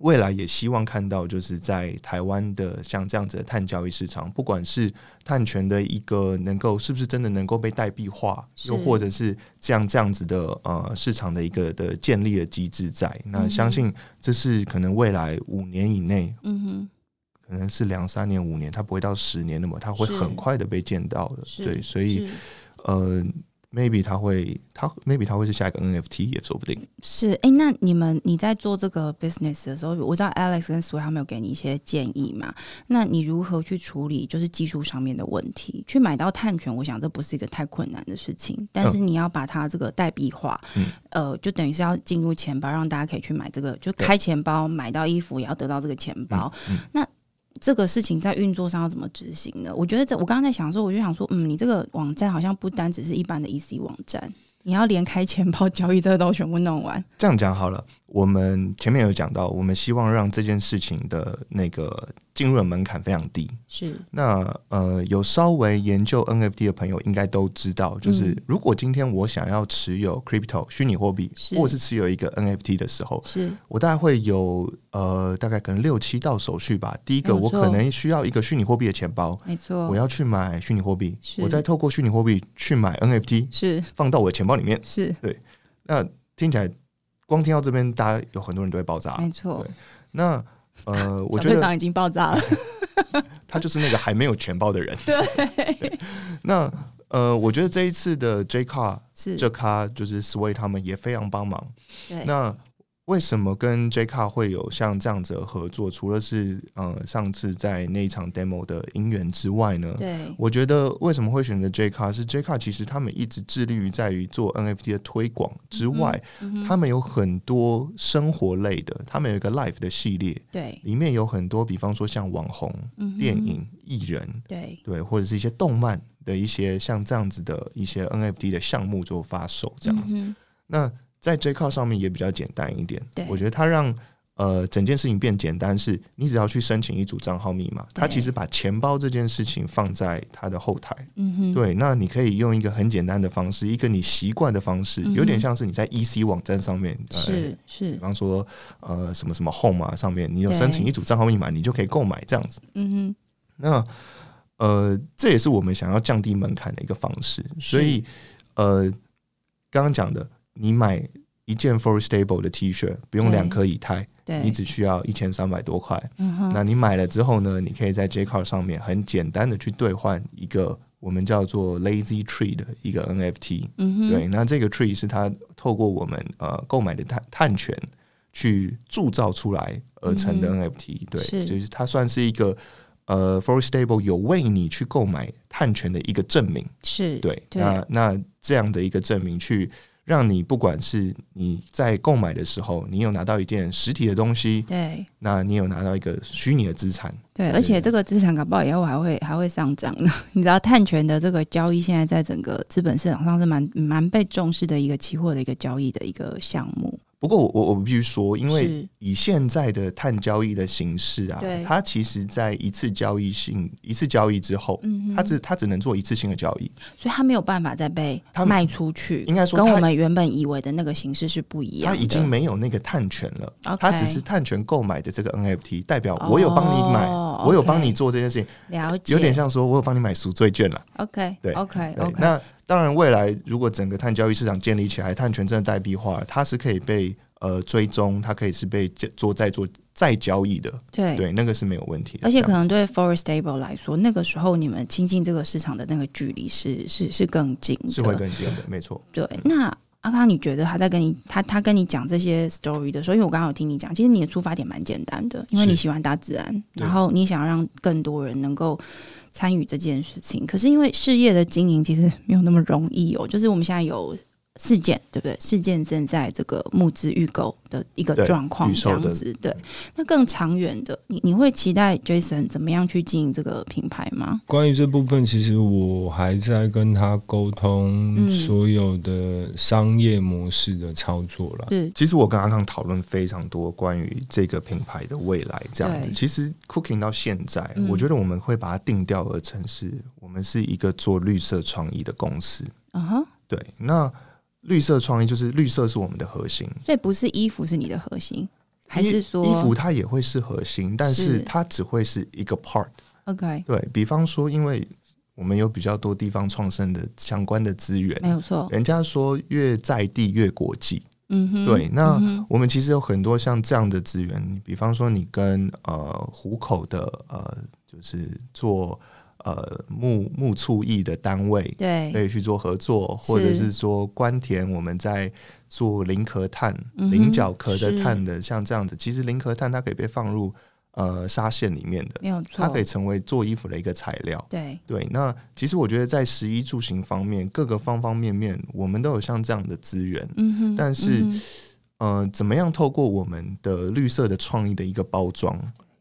[SPEAKER 3] 未来也希望看到，就是在台湾的像这样子的碳交易市场，不管是碳权的一个能够是不是真的能够被代币化，
[SPEAKER 1] 是
[SPEAKER 3] 又或者是这样这样子的呃市场的一个的建立的机制在。那
[SPEAKER 1] 嗯哼
[SPEAKER 3] 相信这是可能未来五年以内，
[SPEAKER 1] 嗯哼，
[SPEAKER 3] 可能是两三年、五年，它不会到十年那么，它会
[SPEAKER 1] 是
[SPEAKER 3] 很快的被见到的。
[SPEAKER 1] 是
[SPEAKER 3] 对，所以呃，maybe 它会，它 maybe 它会是下一个 NFT 也说不定。
[SPEAKER 1] 是哎、诶那你们你在做这个 business 的时候，我知道 Alex 跟 Sue 他们有给你一些建议嘛？那你如何去处理就是技术上面的问题？去买到碳权，我想这不是一个太困难的事情，但是你要把它这个代币化，
[SPEAKER 3] 嗯
[SPEAKER 1] 呃，就等于是要进入钱包，让大家可以去买这个，就
[SPEAKER 3] 对
[SPEAKER 1] 开钱包买到衣服也要得到这个钱包。
[SPEAKER 3] 嗯
[SPEAKER 1] 那这个事情在运作上要怎么执行呢？我觉得这我刚刚在想的时候，我就想说，嗯，你这个网站好像不单只是一般的 EC 网站，你要连开钱包交易这个都全部弄完。
[SPEAKER 3] 这样讲好了，我们前面有讲到，我们希望让这件事情的那个进入的门槛非常低。
[SPEAKER 1] 是，
[SPEAKER 3] 那呃，有稍微研究 NFT 的朋友应该都知道，就是
[SPEAKER 1] 嗯
[SPEAKER 3] 如果今天我想要持有 crypto 虚拟货币，
[SPEAKER 1] 是
[SPEAKER 3] 或者是持有一个 NFT 的时候，
[SPEAKER 1] 是，
[SPEAKER 3] 我大概会有呃，大概可能六七道手续吧。第一个，
[SPEAKER 1] 没有
[SPEAKER 3] 我
[SPEAKER 1] 错
[SPEAKER 3] 可能需要一个虚拟货币的钱包，
[SPEAKER 1] 没错，
[SPEAKER 3] 我要去买虚拟货币，
[SPEAKER 1] 是
[SPEAKER 3] 我再透过虚拟货币去买 NFT，
[SPEAKER 1] 是
[SPEAKER 3] 放到我的钱包里面。
[SPEAKER 1] 是，
[SPEAKER 3] 那听起来，光听到这边，大家有很多人都会爆炸。
[SPEAKER 1] 没错
[SPEAKER 3] 啊对，那呃，我
[SPEAKER 1] 小
[SPEAKER 3] 觉
[SPEAKER 1] 队
[SPEAKER 3] 得
[SPEAKER 1] 长已经爆
[SPEAKER 3] (laughs)
[SPEAKER 1] 炸了，
[SPEAKER 3] 他就是那个还没有钱包的人。对，那呃，我觉得这一次的 J Car
[SPEAKER 1] 是，
[SPEAKER 3] 这咖就是 Sway 他们也非常帮忙。
[SPEAKER 1] 对，
[SPEAKER 3] 那为什么跟 J Car 会有像这样子的合作？除了是呃上次在那一场 demo 的因缘之外呢？
[SPEAKER 1] 对，
[SPEAKER 3] 我觉得为什么会选择 J Car 是 J Car 其实他们一直致力于在于做 NFT 的推广之外，
[SPEAKER 1] 嗯哼
[SPEAKER 3] 他们有很多生活类的，他们有一个 Life 的系列，
[SPEAKER 1] 对，
[SPEAKER 3] 里面有很多，比方说像网红、
[SPEAKER 1] 嗯哼
[SPEAKER 3] 电，影、艺人，
[SPEAKER 1] 对，
[SPEAKER 3] 对，或者是一些动漫的一些像这样子的一些 NFT 的项目做发售，这样子。
[SPEAKER 1] 嗯哼
[SPEAKER 3] 那在 J 靠上面也比较简单一点
[SPEAKER 1] 对。
[SPEAKER 3] 我觉得它让呃整件事情变简单，是你只要去申请一组账号密码，它
[SPEAKER 1] 对
[SPEAKER 3] 其实把钱包这件事情放在它的后台。
[SPEAKER 1] 嗯哼，
[SPEAKER 3] 对，那你可以用一个很简单的方式，一个你习惯的方式
[SPEAKER 1] 嗯哼，
[SPEAKER 3] 有点像是你在 EC 网站上面，呃、
[SPEAKER 1] 是是
[SPEAKER 3] 比，方说呃什么什么 Home 啊上面，你有
[SPEAKER 1] 对
[SPEAKER 3] 申请一组账号密码，你就可以购买这样子。
[SPEAKER 1] 嗯
[SPEAKER 3] 那呃，这也是我们想要降低门槛的一个方式。所以呃，刚刚讲的，你买一件 For Stable 的 T 恤，不用
[SPEAKER 1] 对
[SPEAKER 3] 两颗以太，
[SPEAKER 1] 哼，对，
[SPEAKER 3] 你只需要一千三百多块。
[SPEAKER 1] 嗯哼，
[SPEAKER 3] 那你买了之后呢，你可以在 J Card 上面很简单的去兑换一个我们叫做 Lazy Tree 的一个 NFT。
[SPEAKER 1] 嗯哼，
[SPEAKER 3] 对，那这个 Tree 是它透过我们呃购买的碳碳权去铸造出来而成的
[SPEAKER 1] 嗯
[SPEAKER 3] NFT、
[SPEAKER 1] 是
[SPEAKER 3] 对，就是它算是一个呃 For Stable 有为你去购买碳权的一个证明。
[SPEAKER 1] 是，
[SPEAKER 3] 对，
[SPEAKER 1] 对
[SPEAKER 3] 那那这样的一个证明，去让你不管是你在购买的时候，你有拿到一件实体的东西，
[SPEAKER 1] 对
[SPEAKER 3] 那你有拿到一个虚拟的资产，
[SPEAKER 1] 对，
[SPEAKER 3] 是
[SPEAKER 1] 而且这个资产搞不好以后还会还会上涨呢。 (laughs) 你知道碳权的这个交易，现在在整个资本市场上是蛮蛮被重视的一个期货的一个交易的一个项目，
[SPEAKER 3] 不过我我我必须说，因为
[SPEAKER 1] 是
[SPEAKER 3] 以现在的碳交易的形式啊
[SPEAKER 1] 对，
[SPEAKER 3] 它其实在一次交易性一次交易之后，
[SPEAKER 1] 嗯哼
[SPEAKER 3] 它只它只能做一次性的交易。
[SPEAKER 1] 所以它没有办法再被
[SPEAKER 3] 它
[SPEAKER 1] 卖出去，
[SPEAKER 3] 应该说
[SPEAKER 1] 跟
[SPEAKER 3] 它
[SPEAKER 1] 我们原本以为的那个形式是不一样
[SPEAKER 3] 它
[SPEAKER 1] 的。
[SPEAKER 3] 已经没有那个碳权了
[SPEAKER 1] OK
[SPEAKER 3] 它只是碳权购买的这个 NFT，代表我有帮你买，
[SPEAKER 1] 哦
[SPEAKER 3] 我有
[SPEAKER 1] OK
[SPEAKER 3] 帮你做这件事情，
[SPEAKER 1] 了解，
[SPEAKER 3] 有点像说我有帮你买赎罪券了。
[SPEAKER 1] OK，
[SPEAKER 3] 对
[SPEAKER 1] OK
[SPEAKER 3] 对
[SPEAKER 1] OK，
[SPEAKER 3] 那当然，未来如果整个碳交易市场建立起来，碳权真的代币化，它是可以被呃追踪，它可以是被接做再做再交易的，
[SPEAKER 1] 对。
[SPEAKER 3] 对，那个是没有问题的。
[SPEAKER 1] 而且可
[SPEAKER 3] 这样
[SPEAKER 1] 能
[SPEAKER 3] 子
[SPEAKER 1] 对 Forest Stable 来说，那个时候你们亲近这个市场的那个距离是是是更近的，
[SPEAKER 3] 是会更近的，没错。
[SPEAKER 1] 对，那阿康，你觉得他在跟你他他跟你讲这些 story 的时候，因为我刚刚有听你讲，其实你的出发点蛮简单的，因为
[SPEAKER 2] 是
[SPEAKER 1] 你喜欢大自然，
[SPEAKER 2] 对
[SPEAKER 1] 然后你想让更多人能够参与这件事情。可是因为事业的经营其实没有那么容易哦，就是我们现在有。事件对不对？事件正在这个募资预购的一个
[SPEAKER 3] 对
[SPEAKER 1] 状况
[SPEAKER 3] 预
[SPEAKER 1] 这
[SPEAKER 3] 售的
[SPEAKER 1] 样子，对。那更长远的，你你会期待 Jason 怎么样去经营这个品牌吗？
[SPEAKER 2] 关于这部分，其实我还在跟他沟通
[SPEAKER 1] 嗯
[SPEAKER 2] 所有的商业模式的操作啦。
[SPEAKER 1] 是，
[SPEAKER 3] 其实我跟阿康讨论非常多关于这个品牌的未来，这样子。
[SPEAKER 1] 对
[SPEAKER 3] 其实 Cooking 到现在，
[SPEAKER 1] 嗯
[SPEAKER 3] 我觉得我们会把它定调而成是，我们是一个做绿色创意的公司。
[SPEAKER 1] 嗯哼，
[SPEAKER 3] 对，那绿色创意就是绿色是我们的核心，
[SPEAKER 1] 所以不是衣服是你的核心，还
[SPEAKER 3] 衣
[SPEAKER 1] 是说
[SPEAKER 3] 衣服它也会是核心，但
[SPEAKER 1] 是
[SPEAKER 3] 是它只会是一个 part。
[SPEAKER 1] OK，
[SPEAKER 3] 对比方说，因为我们有比较多地方创生的相关的资源，
[SPEAKER 1] 没有错，
[SPEAKER 3] 人家说越在地越国际。
[SPEAKER 1] 嗯哼，
[SPEAKER 3] 对，那
[SPEAKER 1] 嗯哼
[SPEAKER 3] 我们其实有很多像这样的资源，比方说你跟呃虎口的呃，就是做呃木木畜艺的单位。可
[SPEAKER 1] 对，
[SPEAKER 3] 以去做合作，或者是说关田，我们在做零壳碳、
[SPEAKER 1] 嗯哼
[SPEAKER 3] 菱角壳的
[SPEAKER 1] 是
[SPEAKER 3] 碳的，像这样子，其实零壳碳它可以被放入呃纱线里面的，
[SPEAKER 1] 没有错，
[SPEAKER 3] 它可以成为做衣服的一个材料。
[SPEAKER 1] 对，
[SPEAKER 3] 对，那其实我觉得在食衣住行方面，各个方方面面，我们都有像这样的资源。
[SPEAKER 1] 嗯哼，
[SPEAKER 3] 但是
[SPEAKER 1] 嗯哼
[SPEAKER 3] 呃，怎么样透过我们的绿色的创意的一个包装，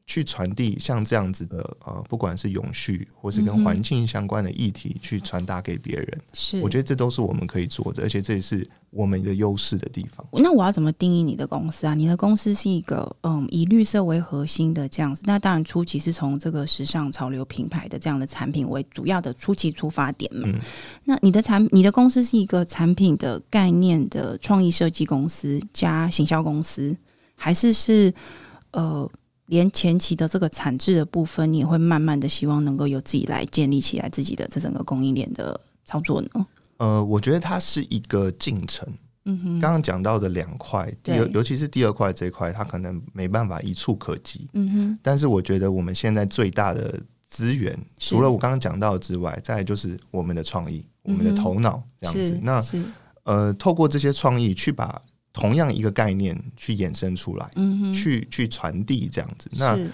[SPEAKER 3] 去传递像这样子的呃，不管是永续或是
[SPEAKER 1] 嗯哼
[SPEAKER 3] 跟环境相关的议题，去传达给别人。
[SPEAKER 1] 是，
[SPEAKER 3] 我觉
[SPEAKER 1] 得。
[SPEAKER 3] 得这都是我们可以做的，而且这也是我们的优势的地方。
[SPEAKER 1] 那我要怎么定义你的公司啊？你的公司是一个嗯以绿色为核心的这样子，那当然初期是从这个时尚潮流品牌的这样的产品为主要的初期出发点嘛。
[SPEAKER 3] 嗯
[SPEAKER 1] 那你的产你的公司是一个产品的概念的创意设计公司加行销公司，还是是呃连前期的这个产制的部分，你也会慢慢的希望能够由自己来建立起来自己的这整个供应链的操作呢？
[SPEAKER 3] 呃，我觉得它是一个进程。
[SPEAKER 1] 嗯哼，
[SPEAKER 3] 刚刚讲到的两块，第二
[SPEAKER 1] 对
[SPEAKER 3] 尤其是第二块这一块，它可能没办法一触可及。
[SPEAKER 1] 嗯哼，
[SPEAKER 3] 但是我觉得我们现在最大的资源，
[SPEAKER 1] 是
[SPEAKER 3] 除了我刚刚讲到的之外，再来就是我们的创意、我们的
[SPEAKER 1] 嗯哼
[SPEAKER 3] 头脑这样子
[SPEAKER 1] 是。
[SPEAKER 3] 那
[SPEAKER 1] 是
[SPEAKER 3] 呃，透过这些创意去把同样一个概念去衍生出来，
[SPEAKER 1] 嗯哼，
[SPEAKER 3] 去去传递这样子。那
[SPEAKER 1] 是嗯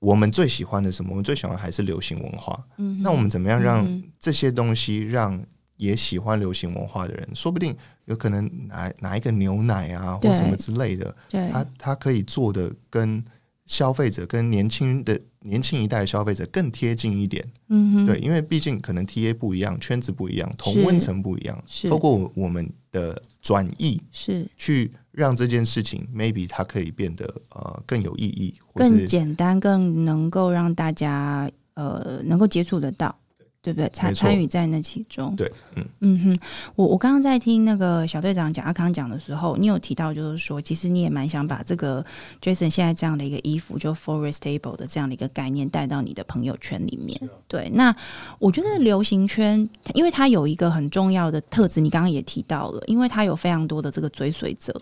[SPEAKER 3] 我们最喜欢的是什么？我们最喜欢还是流行文化。
[SPEAKER 1] 嗯哼
[SPEAKER 3] 那我们怎么样让
[SPEAKER 1] 嗯哼
[SPEAKER 3] 这些东西让也喜欢流行文化的人，说不定有可能拿拿一个牛奶啊
[SPEAKER 1] 对
[SPEAKER 3] 或什么之类的，
[SPEAKER 1] 对
[SPEAKER 3] 他他可以做的跟消费者跟年轻的年轻一代的消费者更贴近一点，
[SPEAKER 1] 嗯哼
[SPEAKER 3] 对，因为毕竟可能 TA 不一样，圈子不一样，同温层不一样，
[SPEAKER 1] 是
[SPEAKER 3] 透过我我们的转译，
[SPEAKER 1] 是
[SPEAKER 3] 去让这件事情 maybe 它可以变得呃更有意义，或
[SPEAKER 1] 更
[SPEAKER 3] 是
[SPEAKER 1] 简单，更能够让大家呃能够接触得到，对不对？参
[SPEAKER 3] 没错
[SPEAKER 1] 参与在那其中。
[SPEAKER 3] 对，嗯，
[SPEAKER 1] 嗯哼，我我刚刚在听那个小队长蒋阿康讲的时候，你有提到就是说，其实你也蛮想把这个 Jason 现在这样的一个衣服，就 Forest Table 的这样的一个概念带到你的朋友圈里面。
[SPEAKER 3] 啊
[SPEAKER 1] 对，那我觉得流行圈，因为它有一个很重要的特质，你刚刚也提到了，因为它有非常多的这个追随者，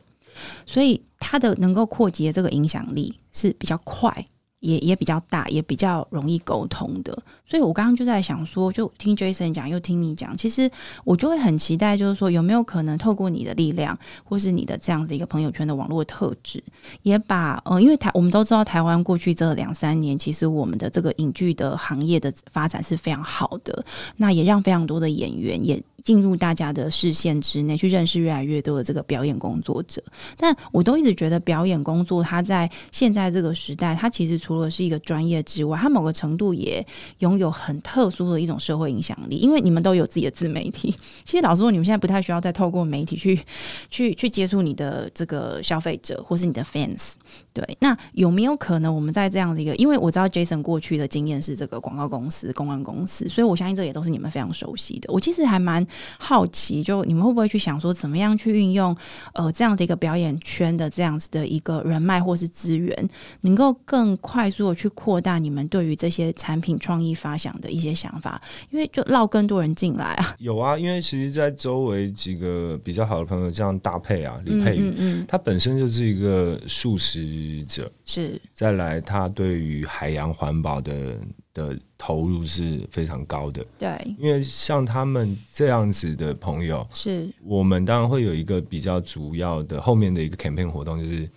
[SPEAKER 1] 所以它的能够扩及的这个影响力是比较快。也也比较大，也比较容易沟通的，所以我刚刚就在想说，就听 Jason 讲，又听你讲，其实我就会很期待，就是说有没有可能透过你的力量，或是你的这样的一个朋友圈的网络特质，也把呃，因为台我们都知道台湾过去这两三年，其实我们的这个影剧的行业的发展是非常好的，那也让非常多的演员也。进入大家的视线之内，去认识越来越多的这个表演工作者。但我都一直觉得，表演工作它在现在这个时代，它其实除了是一个专业之外，它某个程度也拥有很特殊的一种社会影响力。因为你们都有自己的自媒体， (laughs) 其实老实说，你们现在不太需要再透过媒体去 (laughs) 去去接触你的这个消费者或是你的 fans。对，那有没有可能我们在这样的一个，因为我知道 Jason 过去的经验是这个广告公司、公关公司，所以我相信这也都是你们非常熟悉的。我其实还蛮好奇，就你们会不会去想说，怎么样去运用呃这样的一个表演圈的这样子的一个人脉或是资源，能够更快速的去扩大你们对于这些产品创意发想的一些想法，因为就绕更多人进来啊。
[SPEAKER 2] 有啊，因为其实，在周围几个比较好的朋友这样搭配啊，李佩
[SPEAKER 1] 嗯
[SPEAKER 2] 宇，
[SPEAKER 1] 嗯嗯，
[SPEAKER 2] 他本身就是一个素食者，
[SPEAKER 1] 是
[SPEAKER 2] 再来他对于海洋环保的的投入是非常高的。
[SPEAKER 1] 对，
[SPEAKER 2] 因为像他们这样子的朋友，
[SPEAKER 1] 是
[SPEAKER 2] 我们当然会有一个比较主要的后面的一个 campaign 活动，就是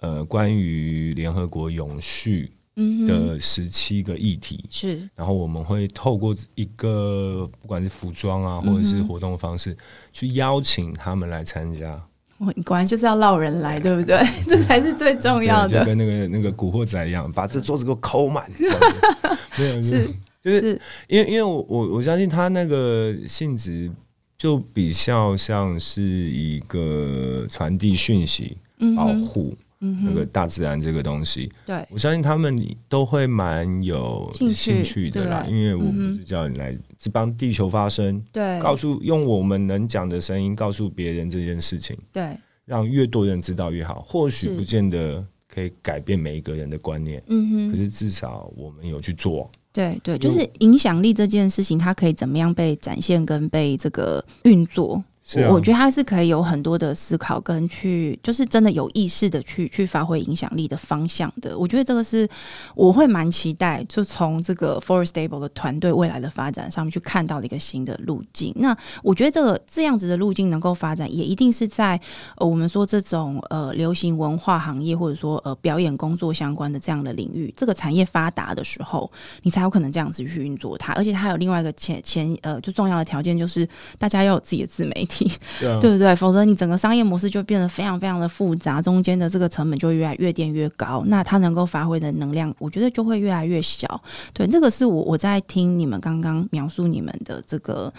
[SPEAKER 2] 呃关于联合国永续
[SPEAKER 1] 嗯哼，
[SPEAKER 2] 的十七个议题。
[SPEAKER 1] 是
[SPEAKER 2] 然后我们会透过一个不管是服装
[SPEAKER 1] 嗯
[SPEAKER 2] 啊，或者是活动方式，去邀请他们来参加。
[SPEAKER 1] 我果然就是要绕人来，对不对？ (laughs) 这才是最重要
[SPEAKER 2] 对就
[SPEAKER 1] 的。
[SPEAKER 2] 跟那个那个古惑仔一样，把这桌子给我抠满。
[SPEAKER 1] (laughs)
[SPEAKER 2] 没有，就是就是
[SPEAKER 1] 是
[SPEAKER 2] 因为因为我我我相信他那个性质就比较像是一个传递讯息、
[SPEAKER 1] 嗯
[SPEAKER 2] 保
[SPEAKER 1] 哼，
[SPEAKER 2] 护
[SPEAKER 1] 嗯
[SPEAKER 2] 那个
[SPEAKER 1] 哼，
[SPEAKER 2] 大自然这个东西。
[SPEAKER 1] 对，
[SPEAKER 2] 我相信他们都会蛮有
[SPEAKER 1] 兴趣
[SPEAKER 2] 兴趣的啦，
[SPEAKER 1] 对
[SPEAKER 2] 因为我
[SPEAKER 1] 嗯
[SPEAKER 2] 不
[SPEAKER 1] 哼
[SPEAKER 2] 是叫你来是帮地球发声，
[SPEAKER 1] 对，
[SPEAKER 2] 告诉用我们能讲的声音告诉别人这件事情，
[SPEAKER 1] 对，
[SPEAKER 2] 让越多人知道越好。或许
[SPEAKER 1] 是
[SPEAKER 2] 不见得可以改变每一个人的观念，
[SPEAKER 1] 嗯哼，
[SPEAKER 2] 可是至少我们有去做。
[SPEAKER 1] 对对，就是影响力这件事情，它可以怎么样被展现跟被这个运作？
[SPEAKER 2] 是啊
[SPEAKER 1] 我我觉得它是可以有很多的思考跟去，就是真的有意识的去去发挥影响力的方向的。我觉得这个是我会蛮期待，就从这个 Forest Stable 的团队未来的发展上面去看到的一个新的路径。那我觉得这个这样子的路径能够发展，也一定是在呃我们说这种呃流行文化行业或者说呃表演工作相关的这样的领域，这个产业发达的时候，你才有可能这样子去运作它。而且它有另外一个前前呃就重要的条件就是大家要有自己的自媒体。
[SPEAKER 2] 对啊，
[SPEAKER 1] 对不对？否则你整个商业模式就变得非常非常的复杂，中间的这个成本就越来越垫越高，那它能够发挥的能量，我觉得就会越来越小。对，这个是我我在听你们刚刚描述你们的这个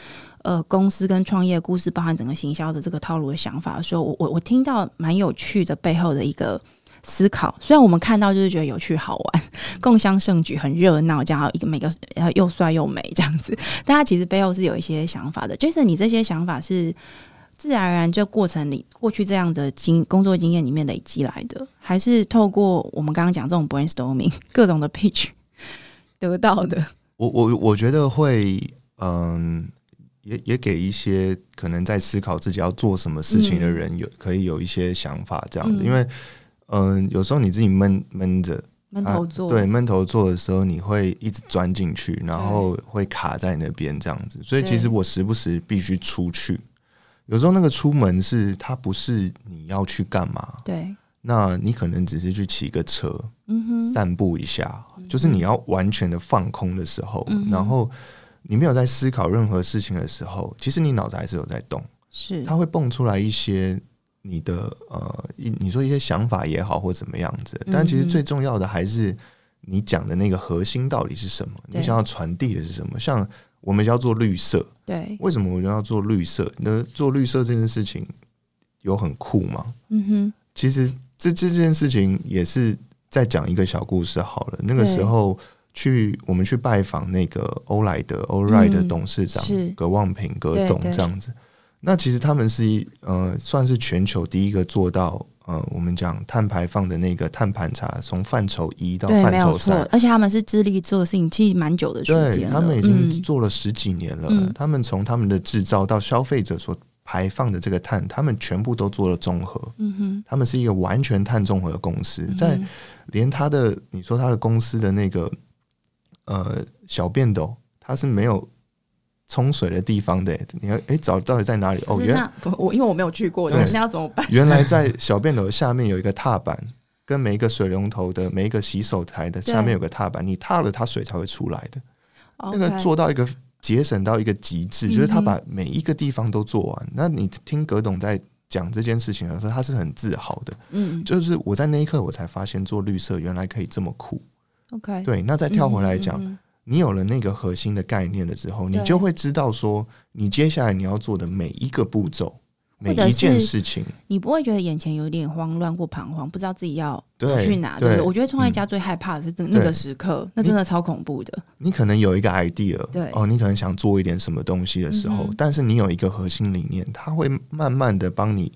[SPEAKER 1] 呃公司跟创业故事，包含整个行销的这个套路的想法的时候，我我我听到蛮有趣的背后的一个。思考，虽然我们看到就是觉得有趣好玩，共襄盛举很热闹，这样一个每个呃又帅又美这样子，但它其实背后是有一些想法的。Jason，你这些想法是自然而然这过程里，过去这样的经工作经验里面累积来的，还是透过我们刚刚讲这种 brainstorming (laughs) 各种的 pitch 得到的？
[SPEAKER 3] 我我我觉得会，嗯，也也给一些可能在思考自己要做什么事情的人有、可以有一些想法这样子，
[SPEAKER 1] 嗯
[SPEAKER 3] 因为嗯，有时候你自己闷闷着，
[SPEAKER 1] 闷
[SPEAKER 3] 啊
[SPEAKER 1] 头做，
[SPEAKER 3] 对，闷头做的时候，你会一直钻进去，然后会卡在那边这样子。所以其实
[SPEAKER 1] 对
[SPEAKER 3] 我时不时必须出去。有时候那个出门是它不是你要去干嘛，
[SPEAKER 1] 对
[SPEAKER 3] 那你可能只是去骑个车，
[SPEAKER 1] 嗯哼，
[SPEAKER 3] 散步一下，就是你要完全的放空的时候，
[SPEAKER 1] 嗯哼
[SPEAKER 3] 然后你没有在思考任何事情的时候，其实你脑子还是有在动，
[SPEAKER 1] 是
[SPEAKER 3] 它会蹦出来一些你的呃，一你说一些想法也好或怎么样子，但其实
[SPEAKER 1] 嗯哼
[SPEAKER 3] 最重要的还是你讲的那个核心到底是什么，
[SPEAKER 1] 对
[SPEAKER 3] 你想要传递的是什么，像。我们要做绿色，
[SPEAKER 1] 对
[SPEAKER 3] 为什么我们要做绿色？那做绿色这件事情，有很酷吗？
[SPEAKER 1] 嗯哼，
[SPEAKER 3] 其实这这件事情也是再讲一个小故事好了。那个
[SPEAKER 1] 对
[SPEAKER 3] 时候去我们去拜访那个欧莱德欧莱的
[SPEAKER 1] 嗯
[SPEAKER 3] 董事长
[SPEAKER 1] 是
[SPEAKER 3] 葛望平葛
[SPEAKER 1] 对
[SPEAKER 3] 董
[SPEAKER 1] 对
[SPEAKER 3] 这样子。那其实他们是一呃，算是全球第一个做到呃，我们讲碳排放的那个碳盘查，从范畴一到
[SPEAKER 1] 对，
[SPEAKER 3] 范
[SPEAKER 1] 没有
[SPEAKER 3] 畴
[SPEAKER 1] 错
[SPEAKER 3] 三，，
[SPEAKER 1] 而且他们是致力做的事情，其实蛮久的时
[SPEAKER 3] 对
[SPEAKER 1] 间了
[SPEAKER 3] 他们已经
[SPEAKER 1] 嗯
[SPEAKER 3] 做了十几年了。
[SPEAKER 1] 嗯
[SPEAKER 3] 他们从他们的制造到消费者所排放的这个碳，他们全部都做了综合。
[SPEAKER 1] 嗯哼，
[SPEAKER 3] 他们是一个完全碳综合的公司，在
[SPEAKER 1] 嗯
[SPEAKER 3] 连他的你说他的公司的那个呃小便斗，它是没有冲水的地方的欸。你要哎、找到底在哪里？哦，
[SPEAKER 1] 可是
[SPEAKER 3] 原
[SPEAKER 1] 那不我因为我没有去过，
[SPEAKER 3] 对
[SPEAKER 1] 我现在要怎么办？
[SPEAKER 3] 原来在小便斗的下面有一个踏板，跟每一个水龙头的每一个洗手台的
[SPEAKER 1] 对
[SPEAKER 3] 下面有个踏板，你踏了它水才会出来的。那个
[SPEAKER 1] OK
[SPEAKER 3] 做到一个节省到一个极致，
[SPEAKER 1] 嗯哼
[SPEAKER 3] 就是他把每一个地方都做完。那你听葛董在讲这件事情的时候，他是很自豪的。
[SPEAKER 1] 嗯
[SPEAKER 3] 就是我在那一刻我才发现做绿色原来可以这么酷。
[SPEAKER 1] ，OK，
[SPEAKER 3] 对，那再跳回来讲，
[SPEAKER 1] 嗯嗯嗯
[SPEAKER 3] 你有了那个核心的概念了之后，你
[SPEAKER 1] 对
[SPEAKER 3] 就会知道说你接下来你要做的每一个步骤，每
[SPEAKER 1] 或者是
[SPEAKER 3] 一件事情。
[SPEAKER 1] 你不会觉得眼前有点慌乱或彷徨，不知道自己要
[SPEAKER 3] 对
[SPEAKER 1] 去哪？
[SPEAKER 3] 对嗯
[SPEAKER 1] 对，我觉得创业家最害怕的是这那个时刻，那真的超恐怖的。
[SPEAKER 3] 你可能有一个 idea，
[SPEAKER 1] 对
[SPEAKER 3] 哦，你可能想做一点什么东西的时候，
[SPEAKER 1] 嗯哼
[SPEAKER 3] 但是你有一个核心理念，它会慢慢的帮你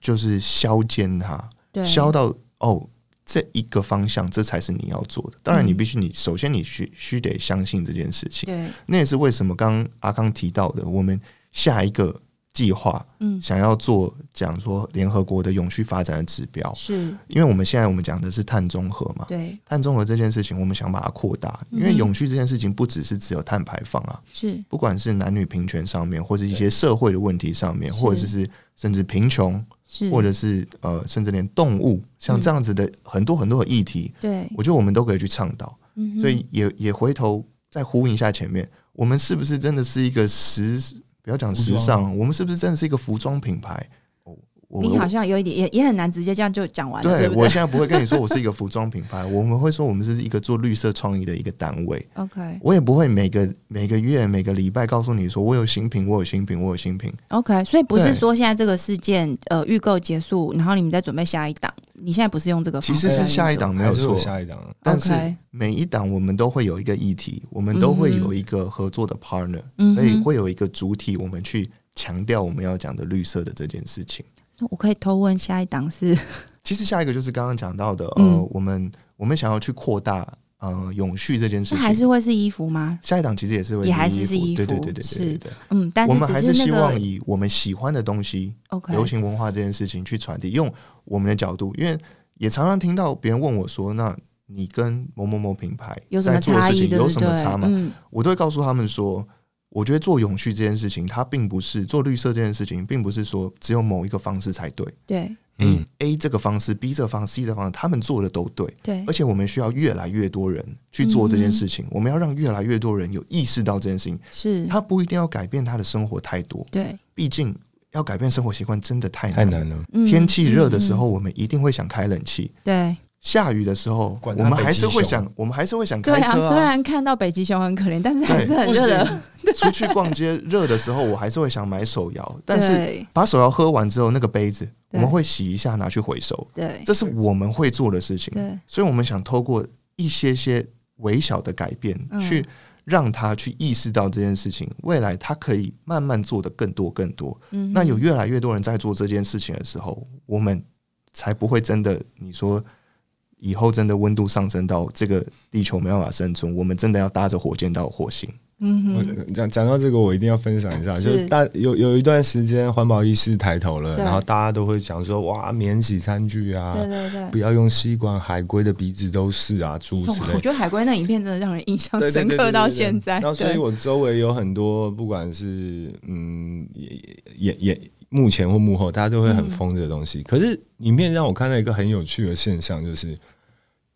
[SPEAKER 3] 就是削尖它，
[SPEAKER 1] 对，
[SPEAKER 3] 削到哦这一个方向，这才是你要做的。当然，你必须你、首先你需需得相信这件事情，
[SPEAKER 1] 嗯对，
[SPEAKER 3] 那也是为什么刚刚阿康提到的，我们下一个计划
[SPEAKER 1] 嗯，
[SPEAKER 3] 想要做讲说联合国的永续发展的指标，
[SPEAKER 1] 是，
[SPEAKER 3] 因为我们现在我们讲的是碳中和嘛，
[SPEAKER 1] 对，
[SPEAKER 3] 碳中和这件事情，我们想把它扩大，因为
[SPEAKER 1] 嗯哼
[SPEAKER 3] 永续这件事情不只是只有碳排放啊，
[SPEAKER 1] 是，
[SPEAKER 3] 不管是男女平权上面，或是一些社会的问题上面，
[SPEAKER 1] 是嗯
[SPEAKER 3] 或者是甚至贫穷，
[SPEAKER 1] 是，
[SPEAKER 3] 或者是呃，甚至连动物，
[SPEAKER 1] 嗯
[SPEAKER 3] 像这样子的很多很多的议题，
[SPEAKER 1] 对，
[SPEAKER 3] 我觉得我们都可以去倡导。
[SPEAKER 1] 嗯哼
[SPEAKER 3] 所以也也回头再呼应一下前面，我们是不是真的是一个时？不要讲时
[SPEAKER 2] 服
[SPEAKER 3] 尚，
[SPEAKER 2] 装
[SPEAKER 3] 我们是不是真的是一个服装品牌？哦我
[SPEAKER 1] 你好像有一点，也也很难直接这样就讲完了，
[SPEAKER 3] 对
[SPEAKER 1] 对不
[SPEAKER 3] 我
[SPEAKER 1] 对
[SPEAKER 3] 现在不会跟你说我是一个服装品牌，我们会说我们是一个做绿色创意的一个单位。
[SPEAKER 1] ？OK
[SPEAKER 3] 我也不会每个每个月每个礼拜告诉你说我有新品，我有新品，我有新品。
[SPEAKER 1] OK，所以不是
[SPEAKER 3] 对
[SPEAKER 1] 说现在这个事件呃预购结束，然后你们再准备下一档，你现在不是用这个
[SPEAKER 3] 其
[SPEAKER 1] 方
[SPEAKER 3] 实
[SPEAKER 1] 式来运
[SPEAKER 3] 是
[SPEAKER 1] 作，
[SPEAKER 3] 下一档没有
[SPEAKER 2] 还是
[SPEAKER 3] 错，
[SPEAKER 2] 下一档了
[SPEAKER 3] 但是
[SPEAKER 1] OK
[SPEAKER 3] 每一档我们都会有一个议题，我们都会有一个合作的 partner，、
[SPEAKER 1] 嗯
[SPEAKER 3] 所以
[SPEAKER 1] 哼，
[SPEAKER 3] 会有一个主体，我们去强调我们要讲的绿色的这件事情。
[SPEAKER 1] 那我可以偷问下一档是
[SPEAKER 3] 其实下一个就是刚刚讲到的，呃，
[SPEAKER 1] 嗯
[SPEAKER 3] 我们我们想要去扩大呃永续这件事
[SPEAKER 1] 那还
[SPEAKER 3] 情。
[SPEAKER 1] 是会是衣服吗？
[SPEAKER 3] 下一档其实也是会
[SPEAKER 1] 也还是是
[SPEAKER 3] 衣
[SPEAKER 1] 衣
[SPEAKER 3] 服，对
[SPEAKER 1] 服
[SPEAKER 3] 对对对对对对。
[SPEAKER 1] 嗯，但
[SPEAKER 3] 我
[SPEAKER 1] 是
[SPEAKER 3] 们还
[SPEAKER 1] 只是
[SPEAKER 3] 希
[SPEAKER 1] 那
[SPEAKER 3] 望
[SPEAKER 1] 个
[SPEAKER 3] 以我们喜欢的东西
[SPEAKER 1] OK
[SPEAKER 3] 流行文化这件事情去传递，用我们的角度，因为也常常听到别人问我说：“那你跟某某某品牌
[SPEAKER 1] 有什
[SPEAKER 3] 在
[SPEAKER 1] 么
[SPEAKER 3] 做的
[SPEAKER 1] 差
[SPEAKER 3] 事
[SPEAKER 1] 异，
[SPEAKER 3] 情
[SPEAKER 1] 对
[SPEAKER 3] 有
[SPEAKER 1] 不
[SPEAKER 3] 什
[SPEAKER 1] 对
[SPEAKER 3] 么差？”吗？
[SPEAKER 1] 嗯，
[SPEAKER 3] 我都会告诉他们说：“我觉得做永续这件事情，它并不是做绿色这件事情，并不是说只有某一个方式才对。
[SPEAKER 1] 对
[SPEAKER 3] A
[SPEAKER 2] 嗯
[SPEAKER 3] A 这个方式，B 这个方式，C 这个方式，他们做的都对。
[SPEAKER 1] 对
[SPEAKER 3] 而且我们需要越来越多人去做这件事情，
[SPEAKER 1] 嗯
[SPEAKER 3] 我们要让越来越多人有意识到这件事情。
[SPEAKER 1] 是，
[SPEAKER 3] 他不一定要改变他的生活太多，
[SPEAKER 1] 对，
[SPEAKER 3] 毕竟要改变生活习惯真的太
[SPEAKER 2] 太
[SPEAKER 3] 难了。
[SPEAKER 2] 难了，
[SPEAKER 1] 嗯
[SPEAKER 3] 天气热的时，候，
[SPEAKER 1] 嗯嗯嗯
[SPEAKER 3] 我们一定会想开冷气；
[SPEAKER 1] 对
[SPEAKER 3] 下雨的时候，我
[SPEAKER 2] 管他
[SPEAKER 3] 们
[SPEAKER 2] 北极
[SPEAKER 3] 还是会
[SPEAKER 2] 熊
[SPEAKER 3] 想，我们还是会想
[SPEAKER 1] 对
[SPEAKER 3] 开
[SPEAKER 1] 啊，
[SPEAKER 3] 车
[SPEAKER 1] 虽然看到北极熊很可怜，但是还是
[SPEAKER 3] 对，
[SPEAKER 1] 很
[SPEAKER 3] 不
[SPEAKER 1] 热的。
[SPEAKER 3] 行。 (laughs) 出去逛街热的时候，我还是会想买手摇，但是
[SPEAKER 1] 对
[SPEAKER 3] 把手摇喝完之后，那个杯子我
[SPEAKER 1] 对
[SPEAKER 3] 们会洗一下，拿去回收，
[SPEAKER 1] 对
[SPEAKER 3] 这是我们会做的事情。
[SPEAKER 1] 对，嗯
[SPEAKER 3] 所以，我们想透过一些些微小的改变，
[SPEAKER 1] 嗯
[SPEAKER 3] 去让他去意识到这件事情，未来他可以慢慢做的更多更多。
[SPEAKER 1] 嗯
[SPEAKER 3] 那有
[SPEAKER 1] 哼
[SPEAKER 3] 越来越多人在做这件事情的时候，我们才不会真的你说以后真的温度上升到这个地球没办法生存，我们真的要搭着火箭到火星。
[SPEAKER 1] 嗯
[SPEAKER 2] 我
[SPEAKER 1] 哼，
[SPEAKER 2] 讲讲到这个，我一定要分享一下，
[SPEAKER 1] 是
[SPEAKER 2] 就是大有有一段时间环保意识抬头了，
[SPEAKER 1] 对
[SPEAKER 2] 然后大家都会讲说哇，免洗餐具啊，
[SPEAKER 1] 对对对。
[SPEAKER 2] 不要用吸管，海龟的鼻子都是啊，诸如此
[SPEAKER 1] 哦
[SPEAKER 2] 类
[SPEAKER 1] 我。觉得海龟那影片真的让人印象
[SPEAKER 2] 对对
[SPEAKER 1] 深
[SPEAKER 2] 对对
[SPEAKER 1] 刻
[SPEAKER 2] 对
[SPEAKER 1] 到
[SPEAKER 2] 对
[SPEAKER 1] 现在。
[SPEAKER 2] 然后，所以
[SPEAKER 1] 对
[SPEAKER 2] 我周围有很多，不管是嗯演演演幕前或幕后，大家都会很疯这个东
[SPEAKER 1] 嗯
[SPEAKER 2] 西。可是影片让我看到一个很有趣的现象，就是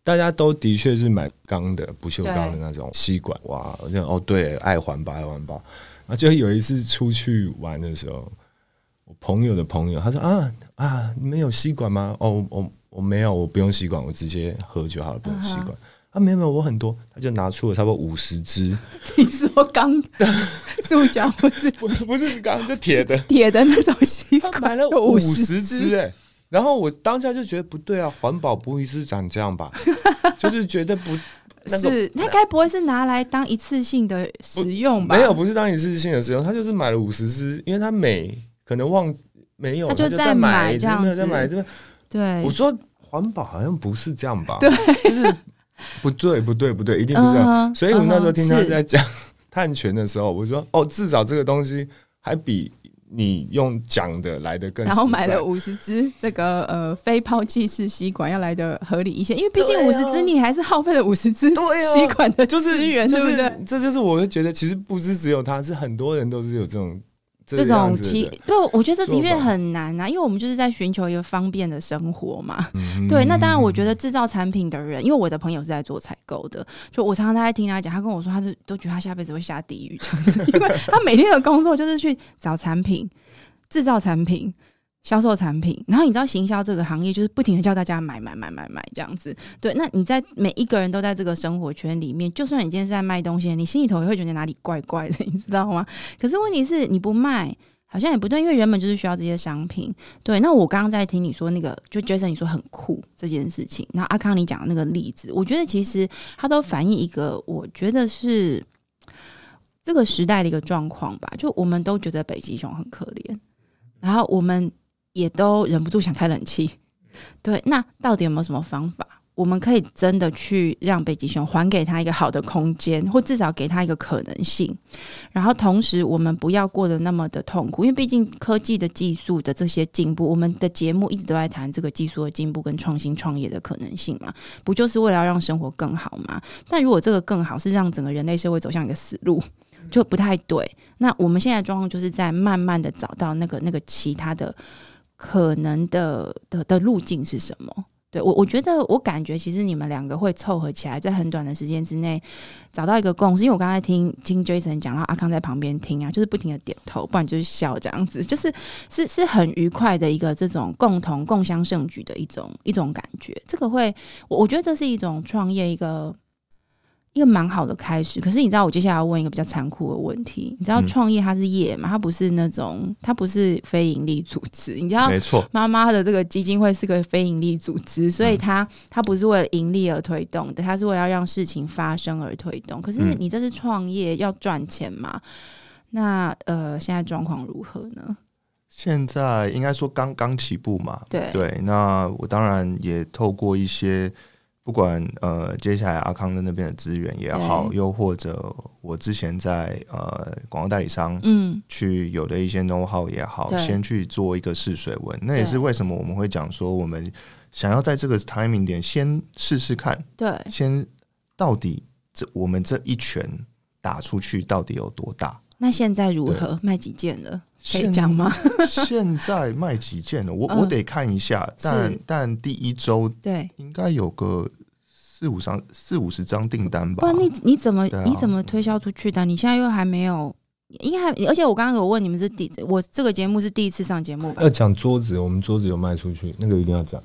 [SPEAKER 2] 大家都的确是买钢的不锈钢的
[SPEAKER 1] 对
[SPEAKER 2] 那种吸管，哇，我就哦对，爱环保爱环保。然后就有一次出去玩的时候，我朋友的朋友他说啊啊，你们有吸管吗？哦，我我我没有，我不用吸管，我直接喝就好了，不用吸管。 (laughs) 啊，没有没有，我很多，他就拿出了差不多五十支，
[SPEAKER 1] 你说刚塑胶不是
[SPEAKER 2] 不不是刚就铁的，
[SPEAKER 1] 铁的那种吸
[SPEAKER 2] (laughs) 他
[SPEAKER 1] 管，
[SPEAKER 2] 买了
[SPEAKER 1] 有
[SPEAKER 2] 五
[SPEAKER 1] 十
[SPEAKER 2] 十支哎。然后我当下就觉得不对啊，环保不会是长这样吧？就是觉得不那个
[SPEAKER 1] 是，那该不会是拿来当一次性的使用吧？
[SPEAKER 2] 没有，，不是当一次性的使用，他就是买了五十支，因为他每可能忘没有，
[SPEAKER 1] 他
[SPEAKER 2] 他
[SPEAKER 1] 就
[SPEAKER 2] 再
[SPEAKER 1] 再买
[SPEAKER 2] 买，
[SPEAKER 1] 这样
[SPEAKER 2] 没有再
[SPEAKER 1] 子
[SPEAKER 2] 买这边。
[SPEAKER 1] 对
[SPEAKER 2] 我，说环保好像不是这样吧？对，就是不对，不对，不对，一定不是这样。
[SPEAKER 1] 嗯哼
[SPEAKER 2] 所以我那时候听
[SPEAKER 1] 嗯
[SPEAKER 2] 他
[SPEAKER 1] 哼
[SPEAKER 2] 在讲碳权的时候，我说哦，至少这个东西还比你用讲的来的更实
[SPEAKER 1] 然
[SPEAKER 2] 在。
[SPEAKER 1] 后买了五十支这个呃非抛弃式吸管，要来的合理一些，因为毕竟
[SPEAKER 2] 对啊
[SPEAKER 1] 五十支你还是耗费了五十支
[SPEAKER 3] 对啊
[SPEAKER 1] 吸管的
[SPEAKER 2] 就是
[SPEAKER 1] 资源，
[SPEAKER 2] 就
[SPEAKER 1] 对不
[SPEAKER 2] 是
[SPEAKER 1] 对？
[SPEAKER 2] 这就是我会觉得，其实不是只有他，是很多人都是有这种
[SPEAKER 1] 这种
[SPEAKER 2] 样子
[SPEAKER 1] 其
[SPEAKER 2] 的。
[SPEAKER 1] 对，我觉得这的确
[SPEAKER 2] 做法
[SPEAKER 1] 很难啊，因为我们就是在寻求一个方便的生活嘛。
[SPEAKER 2] 嗯
[SPEAKER 1] 对，那当然，我觉得制造产品的人，因为我的朋友是在做采购的，就我常常在听他讲，他跟我说，他是都觉得他下辈子会下地狱这样子，因为他每天的工作就是去找产品、制造产品、销售产品，然后你知道行销这个行业就是不停的叫大家买买买买买这样子。对，那你在每一个人都在这个生活圈里面，就算你今天是在卖东西，你心里头也会觉得哪里怪怪的，你知道吗？可是问题是你不卖。好像也不对，因为原本就是需要这些商品，对，那我刚刚在听你说那个，就 Jason 你说很酷这件事情，然后阿康你讲的那个例子，我觉得其实它都反映一个，我觉得是这个时代的一个状况吧。就我们都觉得北极熊很可怜，然后我们也都忍不住想开冷气。对，那到底有没有什么方法，我们可以真的去让北极熊还给他一个好的空间，或至少给他一个可能性？然后同时我们不要过得那么的痛苦，因为毕竟科技的技术的这些进步，我们的节目一直都在谈这个技术的进步跟创新创业的可能性嘛，不就是为了要让生活更好吗？但如果这个更好是让整个人类社会走向一个死路。就不太对。那我们现在的状况就是在慢慢的找到那个那个其他的可能的的的路径是什么？对我，我觉得我感觉其实你们两个会凑合起来，在很短的时间之内找到一个共识。因为我刚才听听 Jason 讲，然后阿康在旁边听啊，就是不停的点头，不然就是笑这样子，就是是是很愉快的一个这种共同共襄盛举的一种一种感觉。这个会，我我觉得这是一种创业一个一个蛮好的开始。可是你知道，我接下来要问一个比较残酷的问题，你知道
[SPEAKER 3] 嗯
[SPEAKER 1] 创业它是业嘛，它不是那种它不是非盈利组织，你知道
[SPEAKER 3] 没错，
[SPEAKER 1] 妈妈的这个基金会是个非盈利组织，所
[SPEAKER 3] 嗯
[SPEAKER 1] 以它它不是为了盈利而推动的，它是为了要让事情发生而推动。可是
[SPEAKER 3] 嗯
[SPEAKER 1] 你这是创业，要赚钱嘛？那呃，现在状况如何呢？
[SPEAKER 3] 现在应该说刚刚起步嘛，
[SPEAKER 1] 对
[SPEAKER 3] 对，那我当然也透过一些，不管呃接下来阿康的那边的资源也好，
[SPEAKER 1] 对
[SPEAKER 3] 又或者我之前在呃广告代理商
[SPEAKER 1] 嗯，
[SPEAKER 3] 去有的一些 know how 也好，
[SPEAKER 1] 对
[SPEAKER 3] 先去做一个试水温，那也
[SPEAKER 1] 对
[SPEAKER 3] 是为什么我们会讲说我们想要在这个 timing 点先试试看，
[SPEAKER 1] 对，
[SPEAKER 3] 先到底这我们这一拳打出去到底有多大？
[SPEAKER 1] 那现在如何？卖几件了？可以
[SPEAKER 3] 现
[SPEAKER 1] 讲吗？
[SPEAKER 3] 现在卖几件了？我、
[SPEAKER 1] 嗯
[SPEAKER 3] 我得看一下，但但第一周
[SPEAKER 1] 对，
[SPEAKER 3] 应该有个四五张四五十张订单
[SPEAKER 1] 不
[SPEAKER 3] 吧
[SPEAKER 1] 然？你你怎么、
[SPEAKER 3] 对啊
[SPEAKER 1] 你怎么推销出去的？你现在又还没有，应该还，而且我刚刚有问你们是第，我这个节目是第一次上节目吧？ (laughs)
[SPEAKER 2] 要讲桌子，我们桌子有卖出去，那个一定要讲。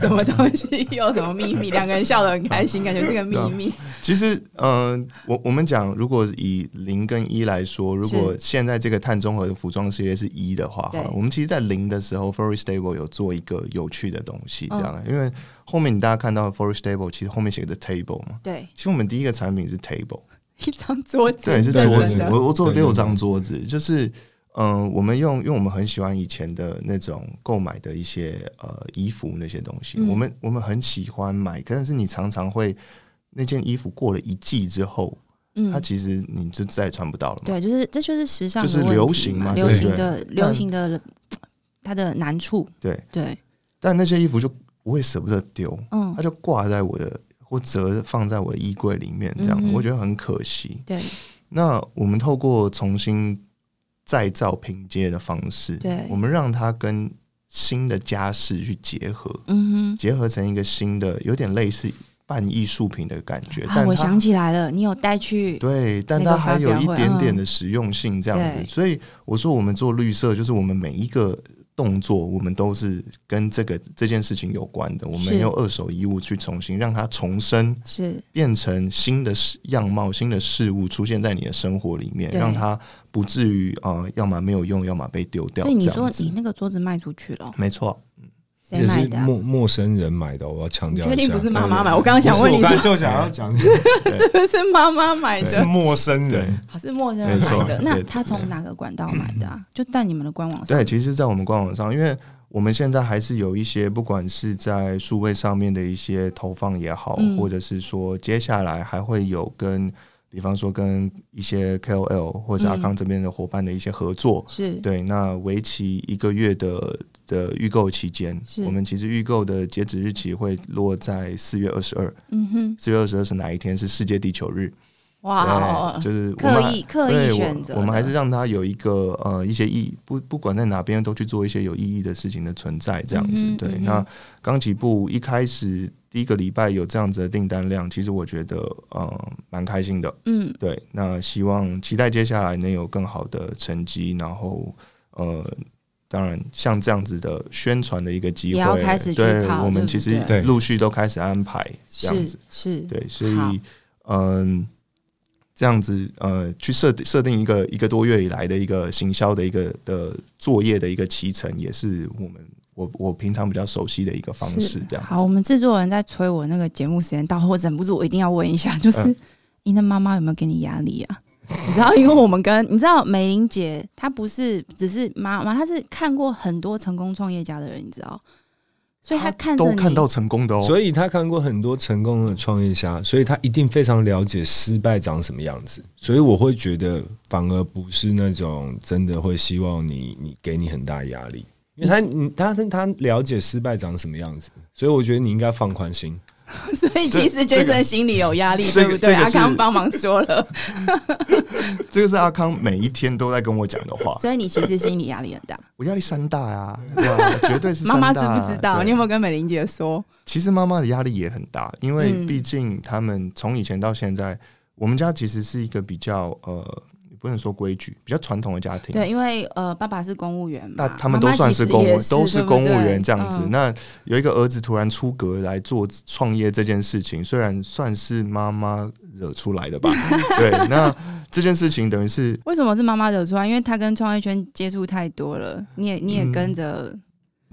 [SPEAKER 1] 什么东西有什么秘密？两个人笑得很开心，感觉是个秘密。
[SPEAKER 3] 其实，嗯、我我们讲，如果以零跟一来说，如果现在这个碳中和的服装系列是一的话，
[SPEAKER 1] 对
[SPEAKER 3] 哈我们其实，在零的时候 f o r e s t Stable 有做一个有趣的东西，这样，因为后面你大家看到 f o r e s t Stable，其实后面写的 Table 嘛，
[SPEAKER 1] 对，
[SPEAKER 3] 其实我们第一个产品是 Table。
[SPEAKER 1] 一张桌子，
[SPEAKER 3] 对，是
[SPEAKER 2] 对
[SPEAKER 3] 桌
[SPEAKER 2] 对
[SPEAKER 1] 真。
[SPEAKER 3] 子
[SPEAKER 1] 的
[SPEAKER 3] 我我做了
[SPEAKER 2] 对对
[SPEAKER 3] 六
[SPEAKER 2] 对
[SPEAKER 3] 张桌子，就是嗯、呃我们用，因为我们很喜欢以前的那种购买的一些呃衣服那些东西，
[SPEAKER 1] 嗯
[SPEAKER 3] 我们我们很喜欢买，但是你常常会那件衣服过了一季之后，它
[SPEAKER 1] 嗯，
[SPEAKER 3] 其实你就再也穿不到了嘛。
[SPEAKER 1] 对，就是这就是时尚的
[SPEAKER 3] 就是
[SPEAKER 1] 问题
[SPEAKER 3] 流行嘛
[SPEAKER 1] 流
[SPEAKER 2] 对
[SPEAKER 1] 行
[SPEAKER 3] 对
[SPEAKER 1] 的流行的它的难处，
[SPEAKER 3] 对，
[SPEAKER 1] 对，
[SPEAKER 3] 但那些衣服就不会舍不得丢，
[SPEAKER 1] 嗯
[SPEAKER 3] 它，就挂在我的或折放在我的衣柜里面，这样、
[SPEAKER 1] 嗯哼
[SPEAKER 3] 我觉得很可惜。
[SPEAKER 1] 对
[SPEAKER 3] 那我们透过重新再造拼接的方式，
[SPEAKER 1] 对
[SPEAKER 3] 我们让它跟新的家饰去结合，
[SPEAKER 1] 嗯
[SPEAKER 3] 结合成一个新的，有点类似半艺术品的感觉，
[SPEAKER 1] 哼，啊，
[SPEAKER 3] 但
[SPEAKER 1] 我
[SPEAKER 3] 它
[SPEAKER 1] 想起来了，你有带去，
[SPEAKER 3] 对，但
[SPEAKER 1] 那个
[SPEAKER 3] 它还有
[SPEAKER 1] 发
[SPEAKER 3] 一
[SPEAKER 1] 表会
[SPEAKER 3] 点点
[SPEAKER 1] 嗯
[SPEAKER 3] 的实用性这样子。
[SPEAKER 1] 对
[SPEAKER 3] 所以我说我们做绿色，就是我们每一个动作，我们都是跟这个这件事情有关的。我
[SPEAKER 1] 是
[SPEAKER 3] 们用二手衣物去重新让它重生，
[SPEAKER 1] 是
[SPEAKER 3] 变成新的事样貌、新的事物出现在你的生活里面，
[SPEAKER 1] 对
[SPEAKER 3] 让它不至于呃，要么没有用，要么被丢掉。
[SPEAKER 1] 所以你
[SPEAKER 3] 这
[SPEAKER 1] 说
[SPEAKER 3] 样子
[SPEAKER 1] 你那个桌子卖出去了，
[SPEAKER 3] 没错，
[SPEAKER 1] 谁
[SPEAKER 2] 也
[SPEAKER 1] 卖
[SPEAKER 2] 是
[SPEAKER 1] 的啊？
[SPEAKER 2] 陌陌生人买的，我要强
[SPEAKER 1] 你
[SPEAKER 2] 调
[SPEAKER 1] 确
[SPEAKER 2] 一
[SPEAKER 1] 定
[SPEAKER 2] 下。
[SPEAKER 1] 不是妈
[SPEAKER 3] 对
[SPEAKER 1] 妈
[SPEAKER 3] 对
[SPEAKER 1] 买？我刚刚想问
[SPEAKER 2] 不
[SPEAKER 1] 你
[SPEAKER 2] 是我刚才
[SPEAKER 1] 是
[SPEAKER 2] 就想要
[SPEAKER 1] (laughs)
[SPEAKER 2] 讲，
[SPEAKER 1] 不是妈妈买
[SPEAKER 2] 是
[SPEAKER 1] 的，
[SPEAKER 2] 陌生
[SPEAKER 3] 对
[SPEAKER 2] 人。
[SPEAKER 1] 好是陌生人买
[SPEAKER 3] 没
[SPEAKER 1] 的
[SPEAKER 3] 错。
[SPEAKER 1] 那
[SPEAKER 3] 对
[SPEAKER 1] 他从哪个管道买的啊？就在你们的官网上
[SPEAKER 3] 对，其实，在我们官网上，因为我们现在还是有一些，不管是在数位上面的一些投放也好，
[SPEAKER 1] 嗯
[SPEAKER 3] 或者是说接下来还会有跟，比方说跟一些 KOL 或者阿康这边的伙伴的一些合作。
[SPEAKER 1] 是
[SPEAKER 3] 对，那为期一个月的的预购期间
[SPEAKER 1] 是，
[SPEAKER 3] 我们其实预购的截止日期会落在四月二十二。
[SPEAKER 1] 嗯哼，
[SPEAKER 3] 四月二十二是哪一天？是世界地球日。
[SPEAKER 1] 哇哦
[SPEAKER 3] 对，，就是我们
[SPEAKER 1] 刻意刻
[SPEAKER 3] 对
[SPEAKER 1] 意
[SPEAKER 3] 我
[SPEAKER 1] 选择的，
[SPEAKER 3] 我们还是让它有一个呃一些意不不管在哪边都去做一些有意义的事情的存在，这样子。
[SPEAKER 1] 嗯哼
[SPEAKER 3] 对，
[SPEAKER 1] 嗯哼
[SPEAKER 3] 那刚起步一开始第一个礼拜有这样子的订单量，其实我觉得呃蛮开心的。
[SPEAKER 1] 嗯
[SPEAKER 3] 对，那希望期待接下来能有更好的成绩，然后呃。当然，像这样子的宣传的一个机
[SPEAKER 1] 也要
[SPEAKER 3] 会
[SPEAKER 1] 开始，去
[SPEAKER 3] 对
[SPEAKER 1] 跑
[SPEAKER 3] 我
[SPEAKER 1] 对
[SPEAKER 3] 们
[SPEAKER 1] 不
[SPEAKER 3] 其实
[SPEAKER 2] 对
[SPEAKER 3] 陆续都开始安排这样
[SPEAKER 1] 是
[SPEAKER 3] 子。
[SPEAKER 1] 是，
[SPEAKER 3] 对，所
[SPEAKER 1] 好
[SPEAKER 3] 以嗯，这样子呃，去设定设定一个一个多月以来的一个行销的一个的作业的一个期程，也是我们我我平常比较熟悉的一个方式，这样
[SPEAKER 1] 好，我
[SPEAKER 3] 子。
[SPEAKER 1] 们制作人在催我那个节目时间到，我忍不住我一定要问一下，就是、
[SPEAKER 3] 嗯
[SPEAKER 1] 你的妈妈有没有给你压力啊？ (laughs) 你知道，因为我们跟你知道美玲姐，她不是只是妈妈，她是看过很多成功创业家的人，你知道，所以她看着
[SPEAKER 3] 都
[SPEAKER 1] 你，
[SPEAKER 3] 看到成功的哦，
[SPEAKER 2] 所以他看过很多成功的创业家，所以他一定非常了解失败长什么样子。所以我会觉得，反而不是那种真的会希望你你给你很大压力，因为他你他他他了解失败长什么样子，所以我觉得你应该放宽心。
[SPEAKER 1] 所以其实
[SPEAKER 3] 这这
[SPEAKER 1] Jason
[SPEAKER 3] 个
[SPEAKER 1] 心里有压力，
[SPEAKER 3] 这
[SPEAKER 1] 对不对？
[SPEAKER 3] 个这个
[SPEAKER 1] 阿
[SPEAKER 3] 是
[SPEAKER 1] 康帮忙说了，
[SPEAKER 3] 这个是阿康每一天都在跟我讲的话，
[SPEAKER 1] 所以你其实心理压力很大。
[SPEAKER 3] 我压力山大呀、对啊，绝
[SPEAKER 1] (laughs)
[SPEAKER 3] 对是
[SPEAKER 1] 妈嗯
[SPEAKER 3] 山
[SPEAKER 1] 妈知
[SPEAKER 3] 大
[SPEAKER 1] 不知道？
[SPEAKER 3] 对
[SPEAKER 1] 你有没有跟美玲姐说？
[SPEAKER 3] 其实妈妈的压力也很大，因为
[SPEAKER 1] 嗯
[SPEAKER 3] 毕竟他们从以前到现在，我们家其实是一个比较呃，不能说规矩，比较传统的家庭。
[SPEAKER 1] 对，因为呃，爸爸是公务员嘛，
[SPEAKER 3] 那他们
[SPEAKER 1] 妈
[SPEAKER 3] 都
[SPEAKER 1] 妈
[SPEAKER 3] 算
[SPEAKER 1] 其实
[SPEAKER 3] 公务
[SPEAKER 1] 也，
[SPEAKER 3] 都是
[SPEAKER 1] 是
[SPEAKER 3] 公务员这样子。
[SPEAKER 1] 那。嗯
[SPEAKER 3] 那有一个儿子突然出阁来做创业这件事情，虽然算是妈妈惹出
[SPEAKER 1] (laughs)
[SPEAKER 3] 来的吧，对。那这件事情等于是
[SPEAKER 1] 为什么是妈妈惹出来？因为她跟创业圈接触太多了，你也你也
[SPEAKER 3] 嗯
[SPEAKER 1] 跟着、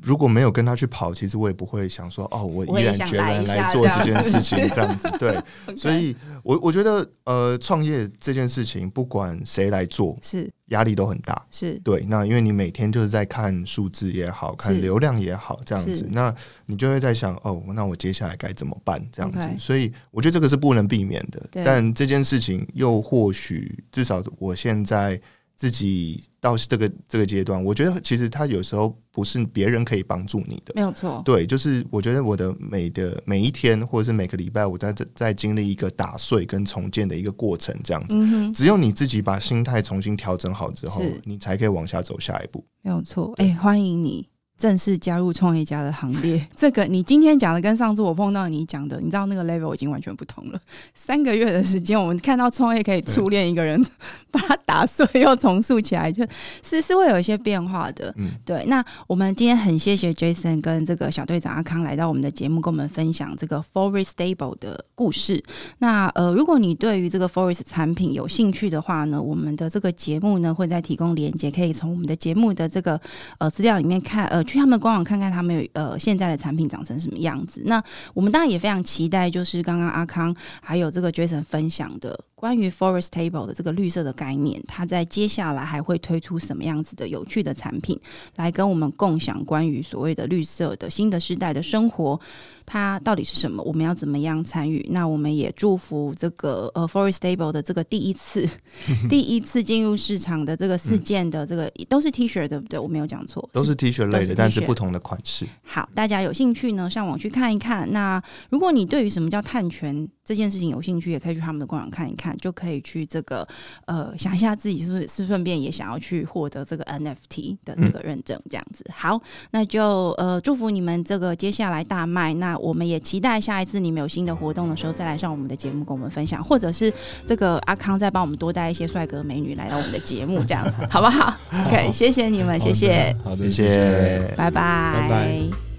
[SPEAKER 3] 如果没有跟他去跑，其实我也不会想说哦，我
[SPEAKER 1] 我
[SPEAKER 3] 毅
[SPEAKER 1] 也
[SPEAKER 3] 然
[SPEAKER 1] 想
[SPEAKER 3] 决
[SPEAKER 1] 来
[SPEAKER 3] 然
[SPEAKER 1] 一
[SPEAKER 3] 来
[SPEAKER 1] 下
[SPEAKER 3] 做
[SPEAKER 1] 这
[SPEAKER 3] 这
[SPEAKER 1] 样
[SPEAKER 3] 件
[SPEAKER 1] 子
[SPEAKER 3] 事情这样子。对，所以我我觉得呃，创业这件事情不管谁来做，
[SPEAKER 1] 是
[SPEAKER 3] 压力都很大。
[SPEAKER 1] 是
[SPEAKER 3] 对，那因为你每天就是在看数字也好看
[SPEAKER 1] 是
[SPEAKER 3] 流量也好，这样
[SPEAKER 1] 是
[SPEAKER 3] 子，那你就会在想，哦，那我接下来该怎么办？这样子
[SPEAKER 1] OK
[SPEAKER 3] 所以我觉得这个是不能避免的
[SPEAKER 1] 对。
[SPEAKER 3] 但这件事情又或许，至少我现在自己到这个这个阶段，我觉得其实它有时候不是别人可以帮助你的。
[SPEAKER 1] 没有错，
[SPEAKER 3] 对，就是我觉得我的每的每一天，或者是每个礼拜，我在在在经历一个打碎跟重建的一个过程，这样子。
[SPEAKER 1] 嗯哼，
[SPEAKER 3] 只有你自己把心态重新调整好之后
[SPEAKER 1] 是，
[SPEAKER 3] 你才可以往下走下一步。
[SPEAKER 1] 没有错。哎、欢迎你正式加入创业家的行列。 (laughs) 这个你今天讲的跟上次我碰到你讲的，你知道那个 level 已经完全不同了。 (laughs) 三个月的时间，我们看到创业可以初恋一个人， (laughs) 把它打碎又重塑起来，就是是会有一些变化的。
[SPEAKER 3] 嗯，
[SPEAKER 1] 对，那我们今天很谢谢 Jason 跟这个小队长阿康来到我们的节目，跟我们分享这个 Forest Stable 的故事。那呃，如果你对于这个 Forest 产品有兴趣的话呢，我们的这个节目呢会再提供连接，可以从我们的节目的这个呃资料里面看，呃，去他们的官网看看他们有呃现在的产品长成什么样子。那我们当然也非常期待，就是刚刚阿康还有这个 Jason 分享的关于 Forest Table 的这个绿色的概念，它在接下来还会推出什么样子的有趣的产品，来跟我们共享关于所谓的绿色的新的时代的生活，它到底是什么？我们要怎么样参与？那我们也祝福这个呃 Forest Table 的这个第一次 (laughs) 第一次进入市场的这个四件的这个、都是 T 恤对不对？我没有讲错，
[SPEAKER 3] 嗯都是 T 恤
[SPEAKER 1] 都
[SPEAKER 3] 类
[SPEAKER 1] 是
[SPEAKER 3] 的，
[SPEAKER 1] T
[SPEAKER 3] 但是
[SPEAKER 1] 恤
[SPEAKER 3] 不同的款式。
[SPEAKER 1] 好，大家有兴趣呢，上网去看一看。那如果你对于什么叫碳权这件事情有兴趣，也可以去他们的官网看一看，就可以去这个呃想一下自己是不是是顺便也想要去获得这个 NFT 的这个认证，这样子。好，那就呃祝福你们这个接下来大卖。那我们也期待下一次你们有新的活动的时候，再来上我们的节目跟我们分享，或者是这个阿康再帮我们多带一些帅哥美女来到我们的节目，这样子啊好不好？OK，谢谢你们，谢谢，
[SPEAKER 2] 好的，好的
[SPEAKER 3] 谢谢
[SPEAKER 1] 拜拜，
[SPEAKER 2] 拜拜